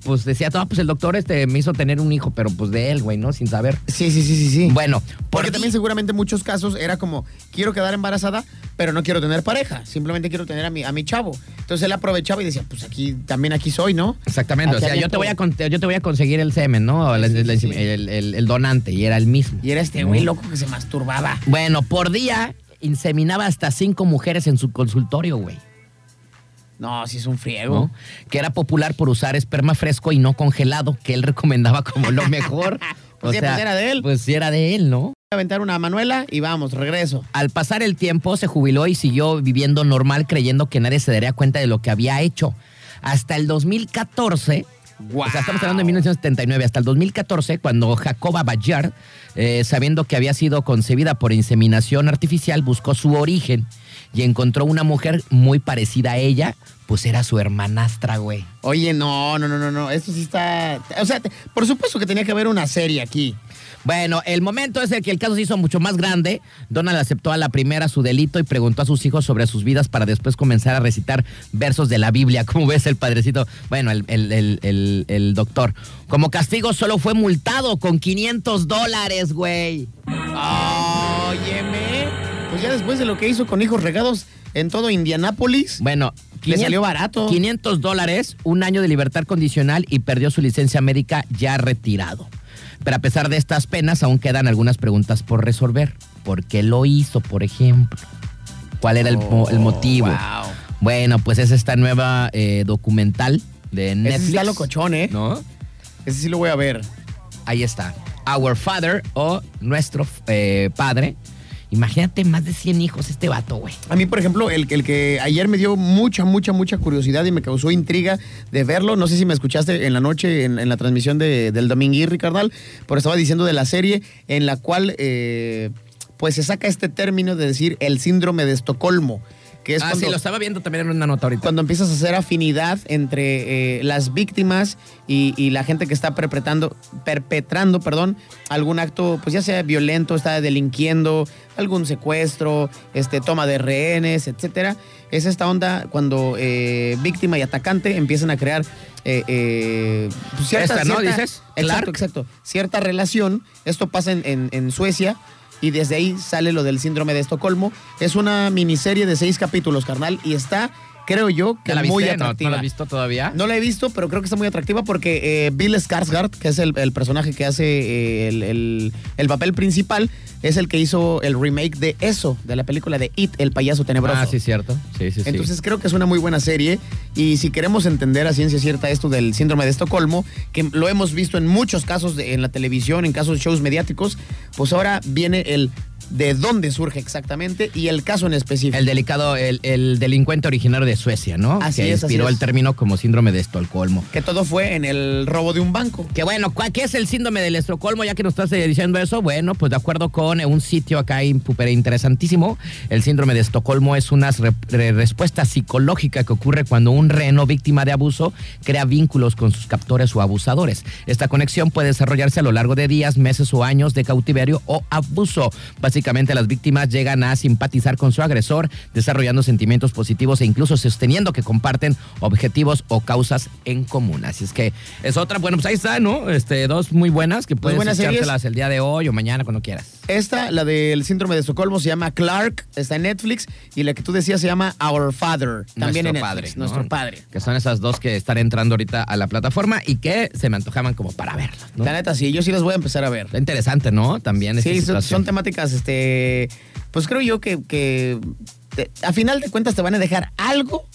Speaker 1: pues decía, ah, pues el doctor este me hizo tener un hijo, pero pues de él, güey, ¿no? Sin saber.
Speaker 2: Sí, sí, sí, sí, sí.
Speaker 1: Bueno,
Speaker 2: Porque
Speaker 1: por
Speaker 2: también
Speaker 1: di-
Speaker 2: seguramente en muchos casos era como, quiero quedar embarazada, pero no quiero tener pareja, simplemente quiero tener a mi, a mi chavo. Entonces él aprovechaba y decía, pues aquí, también aquí soy, ¿no?
Speaker 1: Exactamente, o
Speaker 2: Aquí
Speaker 1: sea,
Speaker 2: había
Speaker 1: yo te,
Speaker 2: todo.
Speaker 1: voy a, con- yo te voy a conseguir el semen, ¿no? O la-
Speaker 2: Sí,
Speaker 1: la-
Speaker 2: sí.
Speaker 1: El, el- el donante, y era el mismo.
Speaker 2: Y era este
Speaker 1: ¿no?
Speaker 2: güey loco que se masturbaba.
Speaker 1: Bueno, por día inseminaba hasta cinco mujeres en su consultorio, güey.
Speaker 2: No, sí es un friego.
Speaker 1: ¿no? Que era popular por usar esperma fresco y no congelado, que él recomendaba como lo
Speaker 2: <laughs>
Speaker 1: mejor.
Speaker 2: Pues sí, pues era de él.
Speaker 1: Pues sí, era de él, ¿no?
Speaker 2: Voy a aventar una Manuela y vamos, regreso.
Speaker 1: Al pasar el tiempo, se jubiló y siguió viviendo normal, creyendo que nadie se daría cuenta de lo que había hecho. Hasta el 2014.
Speaker 2: Guau.
Speaker 1: O sea, estamos hablando de 1979, hasta el 2014, cuando Jacoba Bayard, eh, sabiendo que había sido concebida por inseminación artificial, buscó su origen y encontró una mujer muy parecida a ella, pues era su hermanastra, güey.
Speaker 2: Oye, no, no, no, no, no. Esto sí está. O sea, te- por supuesto que tenía que haber una serie aquí.
Speaker 1: Bueno, el momento es el que el caso se hizo mucho más grande. Donald aceptó a la primera su delito y preguntó a sus hijos sobre sus vidas para después comenzar a recitar versos de la Biblia. <laughs> Como ves el padrecito? Bueno, el, el- el- el- el doctor. Como castigo solo fue multado con 500 dólares, güey.
Speaker 2: Óyeme. Pues ya después de lo que hizo con hijos regados en todo Indianápolis.
Speaker 1: Bueno,
Speaker 2: Le salió barato.
Speaker 1: 500 dólares, un año de libertad condicional y perdió su licencia médica ya retirado. Pero a pesar de estas penas, aún quedan algunas preguntas por resolver. ¿Por qué lo hizo, por ejemplo? ¿Cuál era el, mo- el
Speaker 2: Oh,
Speaker 1: motivo?
Speaker 2: wow.
Speaker 1: Bueno, pues es esta nueva eh, documental de
Speaker 2: Ese
Speaker 1: Netflix.
Speaker 2: sí está locochón, ¿eh?
Speaker 1: ¿No?
Speaker 2: Ese sí lo voy a ver.
Speaker 1: Ahí está. Our Father o Nuestro eh, Padre. Imagínate más de 100 hijos este vato, güey.
Speaker 2: A mí, por ejemplo, el, el que ayer me dio mucha, mucha, mucha curiosidad y me causó intriga de verlo. No sé si me escuchaste en la noche, en, en la transmisión de- del Dominguirri, carnal, pero estaba diciendo de la serie en la cual eh, pues se saca este término de decir el síndrome de Estocolmo, que es
Speaker 1: ah,
Speaker 2: cuando,
Speaker 1: sí, lo estaba viendo también en una nota ahorita.
Speaker 2: cuando empiezas a hacer afinidad entre eh, las víctimas y, y la gente que está perpetrando, perpetrando perdón, algún acto, pues ya sea violento, está delinquiendo, algún secuestro, este, toma de rehenes, etcétera. Es esta onda cuando eh, víctima y atacante empiezan a crear eh, eh, pues, cierta,
Speaker 1: Esta, ¿no?
Speaker 2: cierta-
Speaker 1: Dices, Clark.
Speaker 2: Exacto, exacto. Cierta relación. Esto pasa en, en- en Suecia. Y desde ahí sale lo del síndrome de Estocolmo. Es una miniserie de seis capítulos, carnal. Y está, creo yo, que
Speaker 1: ¿Ya la
Speaker 2: muy
Speaker 1: viste? Ah. ¿No, ¿No
Speaker 2: atractiva.
Speaker 1: la has visto todavía?
Speaker 2: No la he visto, pero creo que está muy atractiva porque eh, Bill Skarsgård, que es el, el personaje que hace eh, el, el- el papel principal, es el que hizo el remake de eso, de la película de It, el payaso tenebroso.
Speaker 1: Ah, sí, cierto. Sí, sí, sí.
Speaker 2: Entonces creo que es una muy buena serie y si queremos entender a ciencia cierta esto del síndrome de Estocolmo, que lo hemos visto en muchos casos de- en la televisión, en casos de shows mediáticos, pues ahora viene el de dónde surge exactamente y el caso en específico.
Speaker 1: el delicado, el, el delincuente originario de Suecia, ¿no?
Speaker 2: Así
Speaker 1: que
Speaker 2: es, así
Speaker 1: inspiró
Speaker 2: es.
Speaker 1: el término como síndrome de Estocolmo.
Speaker 2: que todo fue en el robo de un banco.
Speaker 1: Que bueno, ¿cuál- ¿qué es el síndrome del Estocolmo? Ya que nos estás eh, diciendo eso, bueno, pues de acuerdo con León, en un sitio acá in- súper interesantísimo. El síndrome de Estocolmo es una re- re- respuesta psicológica que ocurre cuando un reheno víctima de abuso crea vínculos con sus captores o abusadores. Esta conexión puede desarrollarse a lo largo de días, meses o años de cautiverio o abuso. Básicamente las víctimas llegan a simpatizar con su agresor, desarrollando sentimientos positivos e incluso sosteniendo que comparten objetivos o causas en común. Así es que es otra, bueno, pues ahí está, ¿no? Este, dos muy buenas que puedes
Speaker 2: buenas series.
Speaker 1: echártelas el día de hoy o mañana cuando quieras.
Speaker 2: Esta, la del síndrome de Estocolmo, se llama Clark, está en Netflix, y la que tú decías se llama Our Father, también
Speaker 1: nuestro
Speaker 2: en Netflix,
Speaker 1: padre. ¿no?
Speaker 2: Nuestro Padre.
Speaker 1: Que son esas dos que están entrando ahorita a la plataforma y que se me antojaban como para verlas. ¿no?
Speaker 2: La neta, sí, yo sí las voy a empezar a ver.
Speaker 1: Está interesante, ¿no? También esta
Speaker 2: Sí, son,
Speaker 1: situación.
Speaker 2: son temáticas, este, pues creo yo que, que te- a final de cuentas te van a dejar algo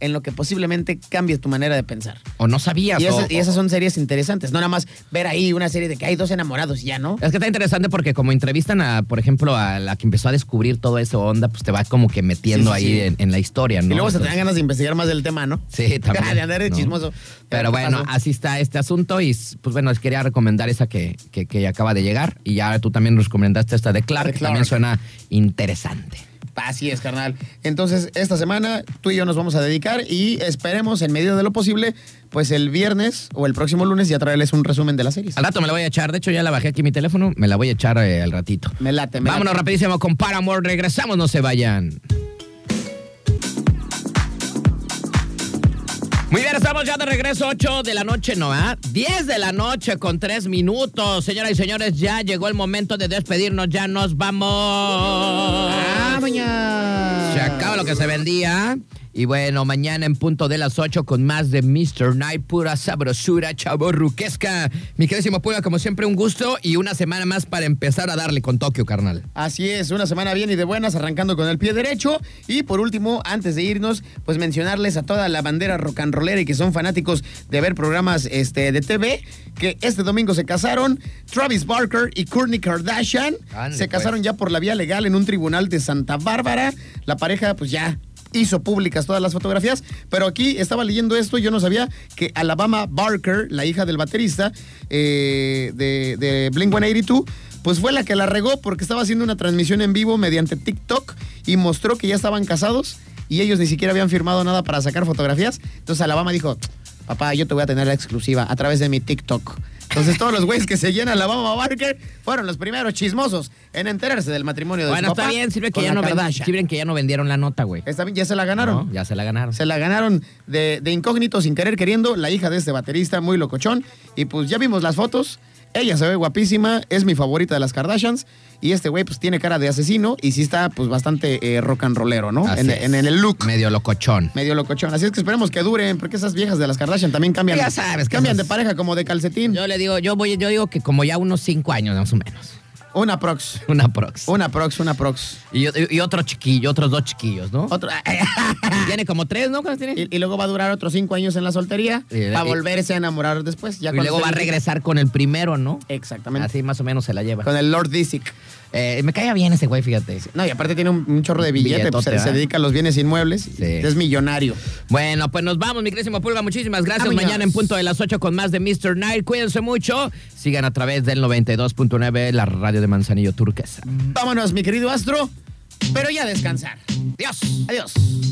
Speaker 2: en lo que posiblemente cambie tu manera de pensar.
Speaker 1: O no sabías.
Speaker 2: Y,
Speaker 1: o-
Speaker 2: esas- y esas son series interesantes, no nada más ver ahí una serie de que hay dos enamorados y ya, ¿no?
Speaker 1: Es que está interesante porque como entrevistan a, por ejemplo, a la que empezó a descubrir todo eso onda, pues te va como que metiendo
Speaker 2: Sí, sí,
Speaker 1: ahí
Speaker 2: sí.
Speaker 1: En, en la historia, ¿no?
Speaker 2: y luego se te
Speaker 1: Entonces-
Speaker 2: dan ganas de investigar más del tema, ¿no?
Speaker 1: <laughs> Sí, también.
Speaker 2: <laughs> de andar de
Speaker 1: ¿no?
Speaker 2: chismoso.
Speaker 1: Pero
Speaker 2: ¿Qué
Speaker 1: bueno,
Speaker 2: pasó?
Speaker 1: así está este asunto y pues bueno, les quería recomendar esa que, que, que acaba de llegar y ya tú también nos recomendaste esta de Clark,
Speaker 2: De
Speaker 1: que también
Speaker 2: Clark.
Speaker 1: suena interesante.
Speaker 2: Así es, carnal. Entonces, esta semana tú y yo nos vamos a dedicar y esperemos, en medida de lo posible, pues el viernes o el próximo lunes ya traerles un resumen de las series.
Speaker 1: Al rato me la voy a echar, de hecho ya la bajé aquí en mi teléfono, me la voy a echar eh, al ratito.
Speaker 2: Me late, me
Speaker 1: Vámonos
Speaker 2: late.
Speaker 1: rapidísimo con Paramore, regresamos, no se vayan. Muy bien, estamos ya de regreso, 8 de la noche, ¿no? ah? 10 de la noche con 3 minutos. Señoras y señores, ya llegó el momento de despedirnos, ya nos vamos.
Speaker 2: Ah. mañana.
Speaker 1: Se acaba lo que se vendía. Y bueno, mañana en punto de las 8 con más de Mr. Night, pura sabrosura chaborruquesca. Mi queridísimo Puebla, como siempre, un gusto y una semana más para empezar a darle con Tokio, carnal.
Speaker 2: Así es, una semana bien y de buenas, arrancando con el pie derecho. Y por último, antes de irnos, pues mencionarles a toda la bandera rock and rollera y que son fanáticos de ver programas este, de TV, que este domingo se casaron Travis Barker y Kourtney Kardashian.
Speaker 1: Ande,
Speaker 2: se casaron
Speaker 1: pues.
Speaker 2: ya por la vía legal en un tribunal de Santa Bárbara. La pareja, pues ya hizo públicas todas las fotografías, pero aquí estaba leyendo esto, y yo no sabía que Alabama Barker, la hija del baterista eh, de, de Blink-182, pues fue la que la regó porque estaba haciendo una transmisión en vivo mediante TikTok y mostró que ya estaban casados y ellos ni siquiera habían firmado nada para sacar fotografías. Entonces Alabama dijo, papá, yo te voy a tener la exclusiva a través de mi TikTok. Entonces todos los güeyes que se llenan la Alabama Barker fueron los primeros chismosos en enterarse del matrimonio de
Speaker 1: Bueno,
Speaker 2: su
Speaker 1: está
Speaker 2: papá
Speaker 1: bien, sirve que,
Speaker 2: con
Speaker 1: ya
Speaker 2: la
Speaker 1: no ven-
Speaker 2: Kardashian.
Speaker 1: sirve que ya no vendieron la nota, güey.
Speaker 2: Está bien, ya se la ganaron.
Speaker 1: No, ya se la ganaron.
Speaker 2: Se la ganaron de, de incógnito, sin querer queriendo, la hija de este baterista muy locochón. Y pues ya vimos las fotos. Ella se ve guapísima, es mi favorita de las Kardashians. Y este güey pues tiene cara de asesino y sí está pues bastante eh, rock and rollero, ¿no?
Speaker 1: Así
Speaker 2: En,
Speaker 1: es.
Speaker 2: en- en el look.
Speaker 1: Medio locochón.
Speaker 2: Medio locochón. Así es que esperemos que duren, porque esas viejas de las Kardashian también cambian.
Speaker 1: Ya sabes que
Speaker 2: Cambian
Speaker 1: esas-
Speaker 2: de pareja como de calcetín.
Speaker 1: Yo le digo, yo voy, yo digo que como ya unos cinco años más o menos. <laughs>
Speaker 2: Una prox.
Speaker 1: Una prox.
Speaker 2: Una prox, una prox.
Speaker 1: Y, y otro chiquillo, otros dos chiquillos, ¿no?
Speaker 2: Otro.
Speaker 1: <laughs>
Speaker 2: <laughs>
Speaker 1: Tiene como tres, ¿no? ¿Cuántos tiene?
Speaker 2: Y, y luego va a durar otros cinco años en la soltería
Speaker 1: Y-
Speaker 2: para
Speaker 1: y-
Speaker 2: volverse a enamorar después. Ya
Speaker 1: Y
Speaker 2: cuando
Speaker 1: luego
Speaker 2: esté
Speaker 1: va a
Speaker 2: viejita.
Speaker 1: regresar con el primero, ¿no?
Speaker 2: Exactamente.
Speaker 1: Así más o menos se la lleva.
Speaker 2: Con el Lord Disick.
Speaker 1: Eh, me caía bien ese güey, fíjate.
Speaker 2: No, y aparte tiene un, un chorro de billete, pues,
Speaker 1: Billetote,
Speaker 2: se, se
Speaker 1: ¿verdad?
Speaker 2: dedica a los bienes inmuebles. Es millonario.
Speaker 1: Bueno, pues nos vamos, mi querísimo Pulga. Muchísimas gracias.
Speaker 2: Vámonos.
Speaker 1: Mañana en punto de las 8 con más de Mr. Night. Cuídense mucho. Sigan a través del 92.9, la radio de Manzanillo Turquesa.
Speaker 2: Vámonos, mi querido Astro, pero ya a descansar.
Speaker 1: Adiós.
Speaker 2: Adiós.